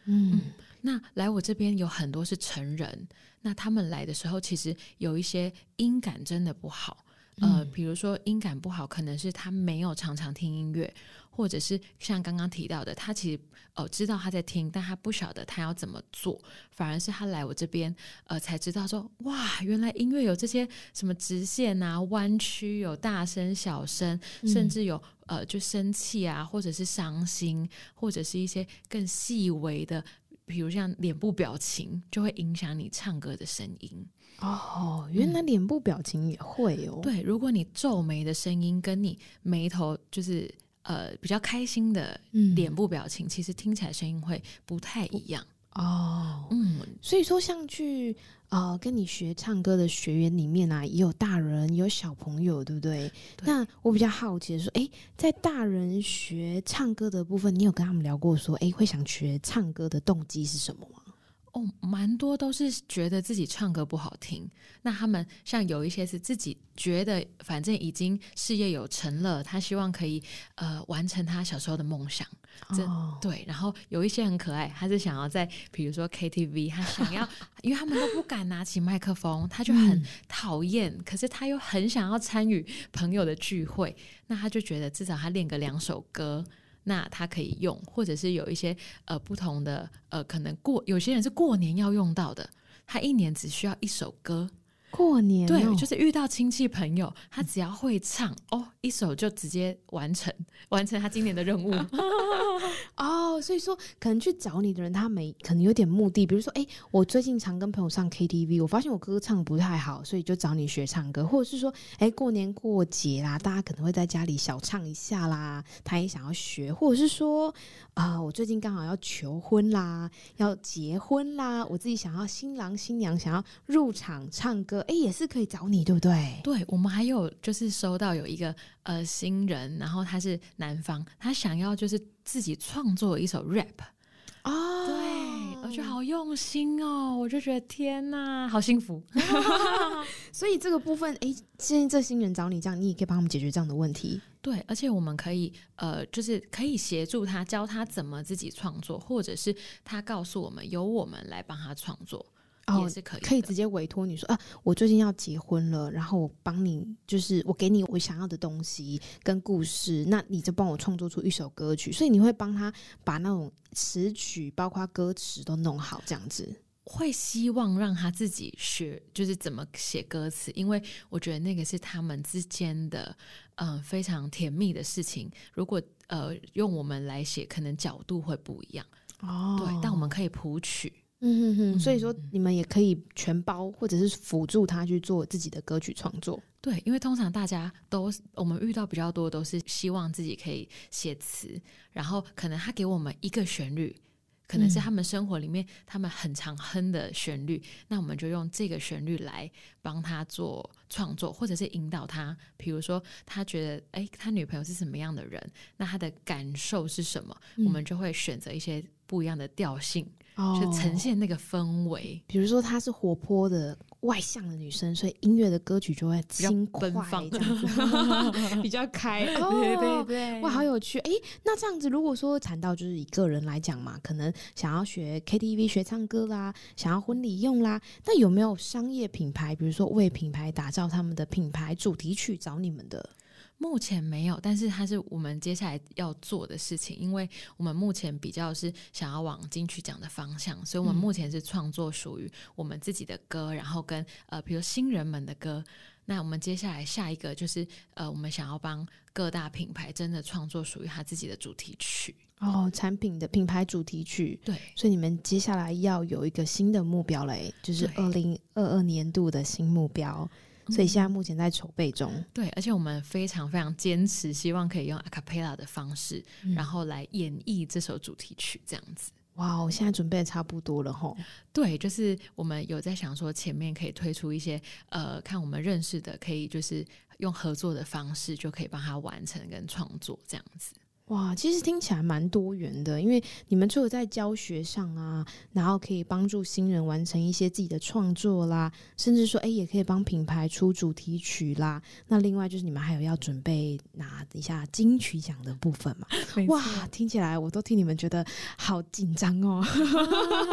[SPEAKER 2] 嗯，
[SPEAKER 3] 那来我这边有很多是成人，那他们来的时候，其实有一些音感真的不好。呃，比如说音感不好，可能是他没有常常听音乐，或者是像刚刚提到的，他其实哦、呃知道他在听，但他不晓得他要怎么做，反而是他来我这边呃才知道说，哇，原来音乐有这些什么直线啊、弯曲，有大声、小声，甚至有呃就生气啊，或者是伤心，或者是一些更细微的比如像脸部表情，就会影响你唱歌的声音。
[SPEAKER 2] 哦，原来脸部表情也会哦。，
[SPEAKER 3] 对，如果你皱眉的声音跟你眉头就是呃比较开心的
[SPEAKER 2] 嗯
[SPEAKER 3] 脸部表情，其实听起来声音会不太一样。
[SPEAKER 2] 哦，
[SPEAKER 3] 嗯，
[SPEAKER 2] 所以说像去呃跟你学唱歌的学员里面啊，也有大人，也有小朋友，对不对？
[SPEAKER 3] 对
[SPEAKER 2] 那我比较好奇的说，诶，在大人学唱歌的部分，你有跟他们聊过说，诶，会想学唱歌的动机是什么吗？
[SPEAKER 3] 哦，蛮多都是觉得自己唱歌不好听。那他们像有一些是自己觉得，反正已经事业有成了，他希望可以呃完成他小时候的梦想。这
[SPEAKER 2] 哦，
[SPEAKER 3] 对，然后有一些很可爱，他是想要在比如说 KTV，他想 要，因为他们都不敢拿起麦克风，他就很
[SPEAKER 2] 嗯
[SPEAKER 3] 讨厌，可是他又很想要参与朋友的聚会，那他就觉得至少他练个两首歌。那他可以用，或者是有一些呃不同的呃，可能过有些人是过年要用到的，他一年只需要一首歌，
[SPEAKER 2] 过年、哦、
[SPEAKER 3] 对，就是遇到亲戚朋友，他只要会唱哦，一首就直接完成完成他今年的 任务。
[SPEAKER 2] 哦，所以说可能去找你的人，他没可能有点目的，比如说，哎，我最近常跟朋友上 KTV，我发现我歌唱不太好，所以就找你学唱歌，或者是说，哎，过年过节啦，大家可能会在家里小唱一下啦，他也想要学，或者是说，啊、我最近刚好要求婚啦，要结婚啦，我自己想要新郎新娘想要入场唱歌，哎，也是可以找你，对不对？
[SPEAKER 3] 对，我们还有就是收到有一个呃新人，然后他是南方，他想要就是自己创作一首 rap，
[SPEAKER 2] 啊、
[SPEAKER 3] 对，我
[SPEAKER 2] 哦
[SPEAKER 3] 觉得好用心哦，我就觉得天呐，好幸福。
[SPEAKER 2] 所以这个部分，哎，建议这新人找你这样，你也可以帮他们解决这样的问题。
[SPEAKER 3] 对，而且我们可以呃，就是可以协助他，教他怎么自己创作，或者是他告诉我们，由我们来帮他创作，
[SPEAKER 2] 哦
[SPEAKER 3] 也是可以的，
[SPEAKER 2] 可以直接委托你说啊，我最近要结婚了，然后我帮你，就是我给你我想要的东西跟故事，那你就帮我创作出一首歌曲，所以你会帮他把那种词曲，包括歌词都弄好，这样子。
[SPEAKER 3] 会希望让他自己学，就是怎么写歌词，因为我觉得那个是他们之间的，嗯、非常甜蜜的事情。如果呃用我们来写，可能角度会不一样，
[SPEAKER 2] 哦
[SPEAKER 3] 对，但我们可以谱曲。
[SPEAKER 2] 嗯哼哼，所以说你们也可以全包，或者是辅助他去做自己的歌曲创作。
[SPEAKER 3] 对，因为通常大家都，我们遇到比较多都是希望自己可以写词，然后可能他给我们一个旋律，可能是
[SPEAKER 2] 嗯
[SPEAKER 3] 他们生活里面他们很常哼的旋律，那我们就用这个旋律来帮他做创作，或者是引导他，比如说他觉得，哎，他女朋友是什么样的人，那他的感受是什么，我
[SPEAKER 2] 嗯
[SPEAKER 3] 们就会选择一些不一样的调性，
[SPEAKER 2] 哦
[SPEAKER 3] 去呈现那个氛围。
[SPEAKER 2] 比如说她是活泼的、外向的女生，所以音乐的歌曲就会轻快，
[SPEAKER 3] 比较奔放
[SPEAKER 2] 这样 子比较开。哦、对对对，哇，好有趣！诶，那这样子，如果说谈到就是以个人来讲嘛，可能想要学 KTV 学唱歌啦，想要婚礼用啦，那有没有商业品牌，比如说为品牌打造他们的品牌主题曲找你们的？
[SPEAKER 3] 目前没有，但是它是我们接下来要做的事情，因为我们目前比较是想要往金曲奖的方向，所以我们
[SPEAKER 2] 嗯
[SPEAKER 3] 目前是创作属于我们自己的歌，然后跟呃，比如新人们的歌。那我们接下来下一个就是呃，我们想要帮各大品牌真的创作属于他自己的主题曲。
[SPEAKER 2] 哦，产品的品牌主题曲。
[SPEAKER 3] 对，
[SPEAKER 2] 所以你们接下来要有一个新的目标嘞，就是
[SPEAKER 3] 对
[SPEAKER 2] 二零二二年度的新目标。所以现在目前在筹备中。
[SPEAKER 3] 对，而且我们非常非常坚持，希望可以用 a cappella 的方式，然后来演绎这首主题曲，这样子。
[SPEAKER 2] 哇，哦我现在准备的差不多了吼。
[SPEAKER 3] 对，就是我们有在想说，前面可以推出一些呃，看我们认识的，可以就是用合作的方式，就可以帮他完成跟创作这样子。
[SPEAKER 2] 哇，其实听起来蛮多元的，因为你们除了在教学上啊，然后可以帮助新人完成一些自己的创作啦，甚至说，哎，也可以帮品牌出主题曲啦。那另外就是你们还有要准备拿一下金曲奖的部分嘛？哇，听起来我都替你们觉得好紧张哦。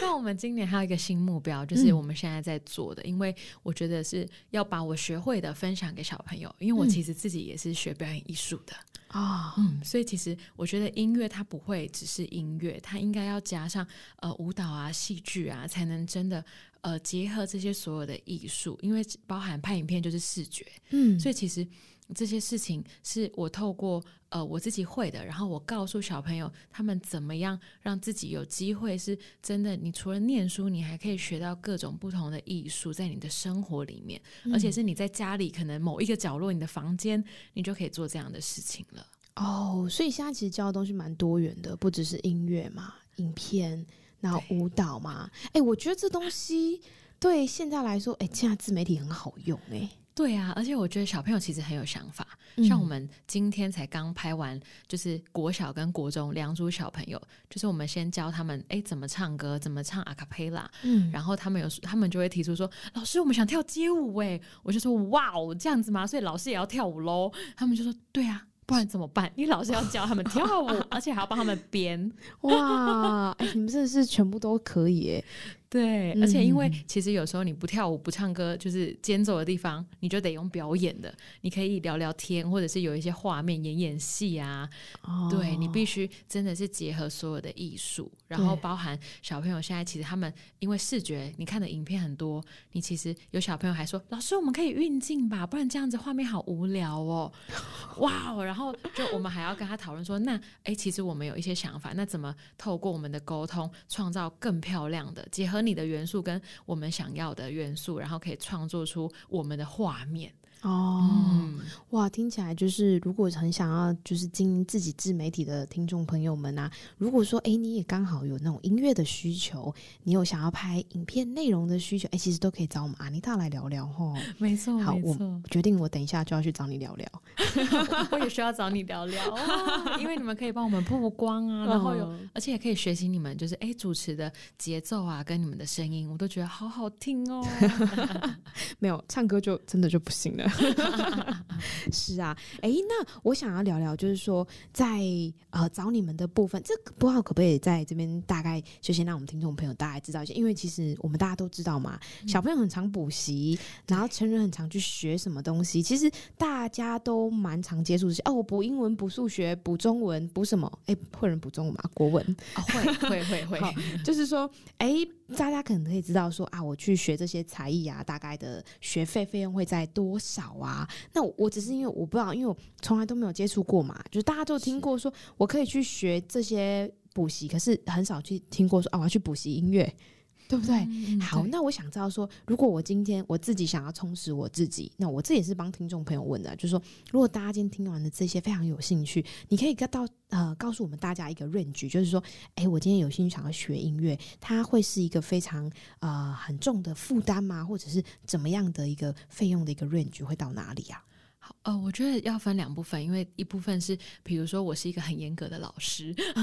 [SPEAKER 3] 那我们今年还有一个新目标，就是
[SPEAKER 2] 嗯
[SPEAKER 3] 我们现在在做的，因为我觉得是要把我学会的分享给小朋友，因为我
[SPEAKER 2] 嗯
[SPEAKER 3] 其实自己也是学表演艺术的，
[SPEAKER 2] 啊、
[SPEAKER 3] 嗯，所以其实我觉得音乐它不会只是音乐，它应该要加上呃舞蹈啊、戏剧啊，才能真的呃结合这些所有的艺术，因为包含拍影片就是视觉，
[SPEAKER 2] 嗯，
[SPEAKER 3] 所以其实这些事情是我透过呃我自己会的，然后我告诉小朋友他们怎么样让自己有机会是真的，你除了念书，你还可以学到各种不同的艺术在你的生活里面，而且是你在家里可能某一个角落，你的房间，你就可以做这样的事情了。
[SPEAKER 2] 哦，所以现在其实教的东西蛮多元的，不只是音乐嘛，影片，然后舞蹈嘛。哎、我觉得这东西对现在来说，哎、现在自媒体很好用、
[SPEAKER 3] 对啊，而且我觉得小朋友其实很有想法，
[SPEAKER 2] 哎，
[SPEAKER 3] 像我们今天才刚拍完，就是国小跟国中两组小朋友，就是我们先教他们哎怎么唱歌，怎么唱阿卡贝拉，
[SPEAKER 2] 嗯，嗯，
[SPEAKER 3] 然后他们有他们就会提出说，老师我们想跳街舞哎，我就说哇哦这样子吗？所以老师也要跳舞喽？他们就说对啊。不然怎么办？你老师要教他们跳舞，而且还要帮他们编。
[SPEAKER 2] 哇，哎、你们真的是全部都可以、哎，
[SPEAKER 3] 对，而且因为
[SPEAKER 2] 嗯
[SPEAKER 3] 其实有时候你不跳舞、不唱歌，就是间奏的地方，你就得用表演的。你可以聊聊天，或者是有一些画面演演戏啊，
[SPEAKER 2] 哦
[SPEAKER 3] 对你必须真的是结合所有的艺术，然后
[SPEAKER 2] 对
[SPEAKER 3] 包含小朋友现在其实他们因为视觉，你看的影片很多，你其实有小朋友还说老师我们可以运镜吧，不然这样子画面好无聊哦，哇哦！然后就我们还要跟他讨论说，那诶，其实我们有一些想法，那怎么透过我们的沟通创造更漂亮的，结合你的元素跟我们想要的元素，然后可以创作出我们的画面。
[SPEAKER 2] 哦。
[SPEAKER 3] 嗯，
[SPEAKER 2] 哇，听起来就是，如果很想要就是经营自己自媒体的听众朋友们啊，如果说哎、诶你也刚好有那种音乐的需求，你有想要拍影片内容的需求，哎、其实都可以找我们阿妮塔来聊聊吼。
[SPEAKER 3] 没错，
[SPEAKER 2] 好
[SPEAKER 3] 哦没
[SPEAKER 2] 我
[SPEAKER 3] 错。
[SPEAKER 2] 决定我等一下就要去找你聊聊。
[SPEAKER 3] 我也需要找你聊聊，因为你们可以帮我们曝光啊，然后 有，而且也可以学习你们就是哎主持的节奏啊，跟你们的声音，我都觉得好好听 哦。
[SPEAKER 2] 没有唱歌就真的就不 行了。是啊，哎、那我想要聊聊，就是说在呃找你们的部分，这个不知道可不可以在这边大概就先让我们听众朋友大概知道一下，因为其实我们大家都知道嘛，
[SPEAKER 3] 嗯
[SPEAKER 2] 小朋友很常补习，然后成人很常去学什么东西，其实大家都蛮常接触这些。哦，我补英文、补数学、补中文、补什么？哎、会有人补中文吗？国文。
[SPEAKER 3] 哦会会会会
[SPEAKER 2] 好，就是说，哎，大家可能可以知道说啊，我去学这些才艺啊，大概的学费费用会在多少啊？那我我只是因为我不知道，因为我从来都没有接触过嘛，就是大家都听过说我可以去学这些补习，可是很少去听过说啊，我要去补习音乐，对不对？
[SPEAKER 3] 嗯
[SPEAKER 2] 好，
[SPEAKER 3] 对
[SPEAKER 2] 那我想知道说，如果我今天我自己想要充实我自己，那我这也是帮听众朋友问的，啊就是说，如果大家今天听完的这些非常有兴趣，你可以跟到呃告诉我们大家一个 range，就是说，哎，我今天有兴趣想要学音乐，它会是一个非常呃很重的负担吗？或者是怎么样的一个费用的一个 range 会到哪里啊？
[SPEAKER 3] 好呃，我觉得要分两部分，因为一部分是比如说我是一个很严格的老师，
[SPEAKER 2] 嗯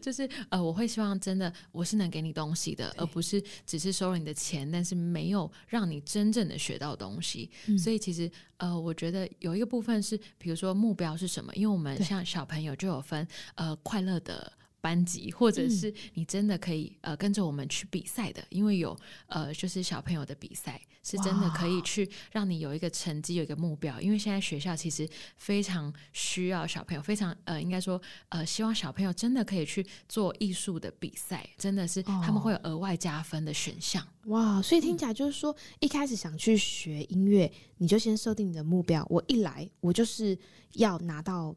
[SPEAKER 3] 就是呃我会希望真的我是能给你东西的，而不是只是收了你的钱，但是没有让你真正的学到东西。
[SPEAKER 2] 嗯
[SPEAKER 3] 所以其实呃，我觉得有一个部分是，比如说目标是什么，因为我们
[SPEAKER 2] 对
[SPEAKER 3] 像小朋友就有分呃快乐的。班级，或者
[SPEAKER 2] 嗯
[SPEAKER 3] 是你真的可以、呃跟着我们去比赛的，因为有呃就是小朋友的比赛是真的可以
[SPEAKER 2] 哇
[SPEAKER 3] 去让你有一个成绩，有一个目标。因为现在学校其实非常需要小朋友，非常呃应该说呃希望小朋友真的可以去做艺术的比赛，真的是他们
[SPEAKER 2] 哦
[SPEAKER 3] 会有额外加分的选项。
[SPEAKER 2] 哇，所以
[SPEAKER 3] 嗯
[SPEAKER 2] 听起来就是说，一开始想去学音乐，你就先设定你的目标。我一来，我就是要拿到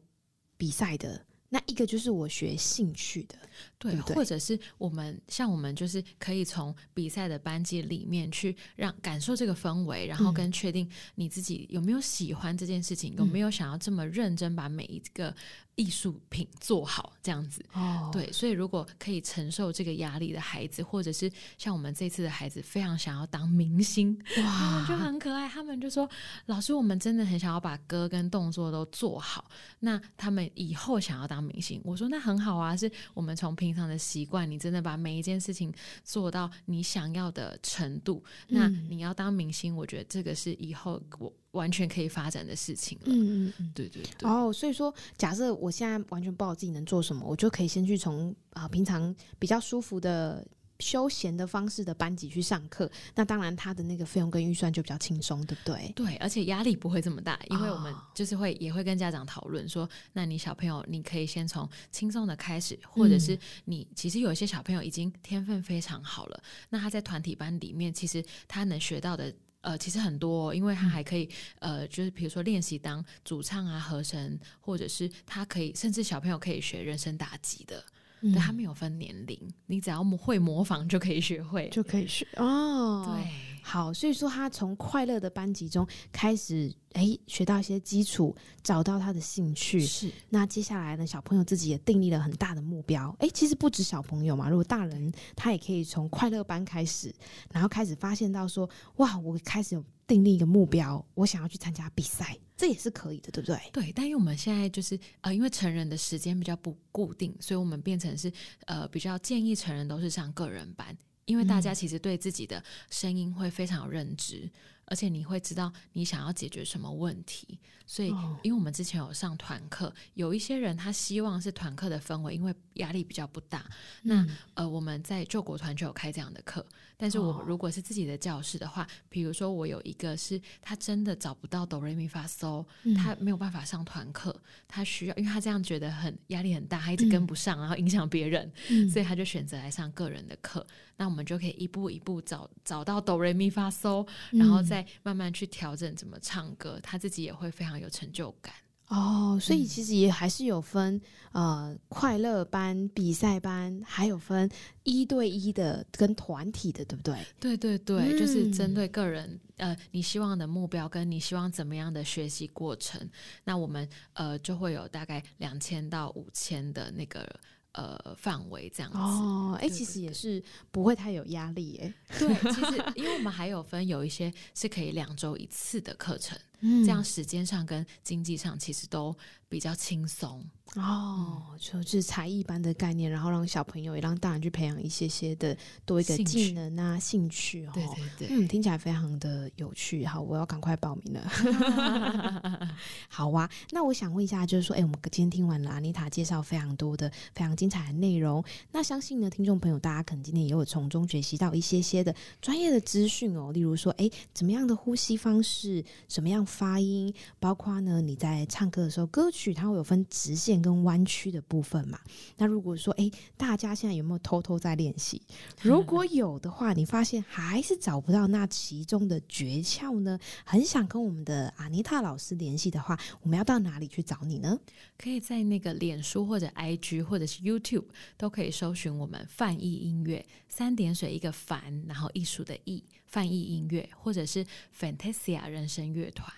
[SPEAKER 2] 比赛的。那一个就是我学兴趣的，
[SPEAKER 3] 对，
[SPEAKER 2] 对不对
[SPEAKER 3] 或者是我们像我们就是可以从比赛的班级里面去让感受这个氛围，然
[SPEAKER 2] 嗯
[SPEAKER 3] 后跟确定你自己有没有喜欢这件事情，有没有想要这么认真把每一个艺术品做好这样子。
[SPEAKER 2] 哦，
[SPEAKER 3] 对，所以如果可以承受这个压力的孩子，或者是像我们这次的孩子，非常想要当 明星，他们就
[SPEAKER 2] 哇，
[SPEAKER 3] 很可爱，他们就说：“老师，我们真的很想要把歌跟动作都做好。那他们以后想要当明星，我说那很好啊，是我们从平常的习惯，你真的把每一件事情做到你想要的程度。那
[SPEAKER 2] 嗯
[SPEAKER 3] 你要当明星，我觉得这个是以后我完全可以发展的事情了。
[SPEAKER 2] 嗯嗯嗯，
[SPEAKER 3] 对对对，
[SPEAKER 2] 哦，所以说，假设我现在完全不知道自己能做什么，我就可以先去从啊、平常比较舒服的。休闲的方式的班级去上课，那当然他的那个费用跟预算就比较轻松，对不对？
[SPEAKER 3] 对，而且压力不会这么大，因为我们
[SPEAKER 2] 哦
[SPEAKER 3] 就是会、也会跟家长讨论说，那你小朋友你可以先从轻松的开始，或者
[SPEAKER 2] 嗯
[SPEAKER 3] 是你、其实有一些小朋友已经天分非常好了，那他在团体班里面，其实他能学到的。呃，其实很多、哦，因
[SPEAKER 2] 嗯
[SPEAKER 3] 为他还可以，呃，就是比如说练习当主唱啊、和声，或者是他可以，甚至小朋友可以学人声打击的，
[SPEAKER 2] 嗯
[SPEAKER 3] 对，他们有分年龄，你只要模会模仿就可以学会。
[SPEAKER 2] 就可以去哦。
[SPEAKER 3] 对，
[SPEAKER 2] 好，所以说他从快乐的班级中开始，哎，学到一些基础，找到他的兴趣。
[SPEAKER 3] 是
[SPEAKER 2] 那接下来呢，小朋友自己也订立了很大的目标。哎，其实不止小朋友嘛，如果大人他也可以从快乐班开始，然后开始发现到说，哇，我开始有订立一个目标，我想要去参加比赛，这也是可以的，对不对？
[SPEAKER 3] 对，但因为我们现在就是呃，因为成人的时间比较不固定，所以我们变成是呃比较建议成人都是上个人班，因为大
[SPEAKER 2] 嗯
[SPEAKER 3] 家其实对自己的声音会非常有认知，而且你会知道你想要解决什么问题。所以，
[SPEAKER 2] 哦
[SPEAKER 3] 因为我们之前有上团课，有一些人他希望是团课的氛围，因为压力比较不大。那呃，我们在救国团就有开这样的课，但是我
[SPEAKER 2] 哦
[SPEAKER 3] 如果是自己的教室的话，比如说我有一个是他真的找不到哆瑞咪发嗦，
[SPEAKER 2] 嗯
[SPEAKER 3] 他没有办法上团课，他需要，因为他这样觉得很压力很大，他一直跟不上，然后影响别人，
[SPEAKER 2] 嗯
[SPEAKER 3] 所以他就选择来上个人的课。那我们就可以一步一步找找到哆瑞咪发嗦，然后再慢慢去调整怎么唱歌，他自己也会非常有成就感。
[SPEAKER 2] 哦，所以
[SPEAKER 3] 嗯
[SPEAKER 2] 其实也还是有分，呃，快乐班、比赛班，还有分一对一的跟团体的，对不对？
[SPEAKER 3] 对对对，就是
[SPEAKER 2] 嗯
[SPEAKER 3] 针对个人，呃，你希望的目标跟你希望怎么样的学习过程，那我们呃就会有大概两千到五千的那个呃范围这样子。
[SPEAKER 2] 哦，哎、
[SPEAKER 3] 对
[SPEAKER 2] 其
[SPEAKER 3] 对
[SPEAKER 2] 实也
[SPEAKER 3] 对
[SPEAKER 2] 是不会太有压力、哎，
[SPEAKER 3] 对，其实因为我们还有分有一些是可以两周一次的课程，
[SPEAKER 2] 嗯
[SPEAKER 3] 这样时间上跟经济上其实都比较轻松。
[SPEAKER 2] 哦，就是才艺班的概念，然后让小朋友也让大人去培养一些些的多一个
[SPEAKER 3] 兴
[SPEAKER 2] 技
[SPEAKER 3] 趣
[SPEAKER 2] 能啊、兴趣哦。
[SPEAKER 3] 对对对。
[SPEAKER 2] 嗯，听起来非常的有趣。好，我要赶快报名了。 好啊，那我想问一下，就是说，哎、我们今天听完了阿妮塔介绍非常多的非常精彩的内容，那相信呢，听众朋友大家可能今天也有从中学习到一些些的专业的资讯哦，例如说，哎、怎么样的呼吸方式，什么样发音，包括呢，你在唱歌的时候，歌曲它会有分直线跟弯曲的部分嘛。那如果说，哎、大家现在有没有偷偷在练习？如果有的话，你发现还是找不到那其中的诀窍呢？很想跟我们的阿妮塔老师联系的话，我们要到哪里去找你呢？
[SPEAKER 3] 可以在那个脸书或者 IG 或者是 YouTube 都可以搜寻我们泛艺音乐，三点水一个凡，然后艺术的艺，泛艺音乐，或者是 Fantasia 人声乐团。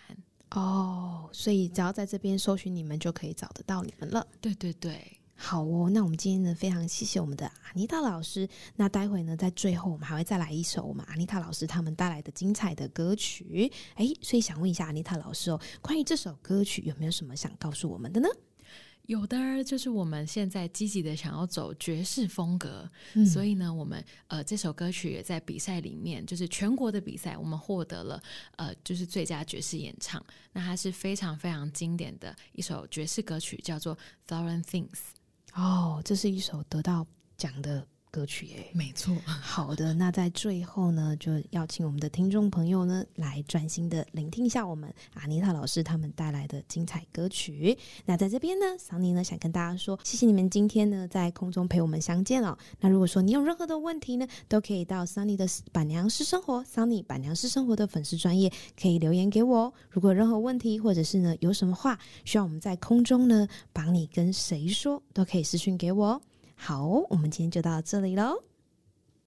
[SPEAKER 2] 哦，所以只要在这边搜寻你们，就可以找得到你们了。
[SPEAKER 3] 对对对，
[SPEAKER 2] 好哦，那我们今天呢，非常谢谢我们的阿妮塔老师。那待会呢，在最后我们还会再来一首我们阿妮塔老师他们带来的精彩的歌曲。哎，所以想问一下阿妮塔老师哦，关于这首歌曲有没有什么想告诉我们的呢？
[SPEAKER 3] 有的儿就是我们现在积极的想要走爵士风格，
[SPEAKER 2] 嗯
[SPEAKER 3] 所以呢，我们呃这首歌曲也在比赛里面，就是全国的比赛，我们获得了呃就是最佳爵士演唱。那它是非常非常经典的一首爵士歌曲，叫做《Thousand Things》。
[SPEAKER 2] 哦，这是一首得到奖的歌曲耶。
[SPEAKER 3] 没错。
[SPEAKER 2] 好的，那在最后呢，就邀请我们的听众朋友呢，来专心的聆听一下我们阿妮塔老师他们带来的精彩歌曲。那在这边呢，桑尼呢想跟大家说，谢谢你们今天呢在空中陪我们相见哦。那如果说你有任何的问题呢，都可以到桑尼的板娘私生活、桑尼板娘私生活的粉丝专业可以留言给我哦。如果有任何问题，或者是呢有什么话需要我们在空中呢帮你跟谁说，都可以私讯给我哦。好，我们今天就到这里喽。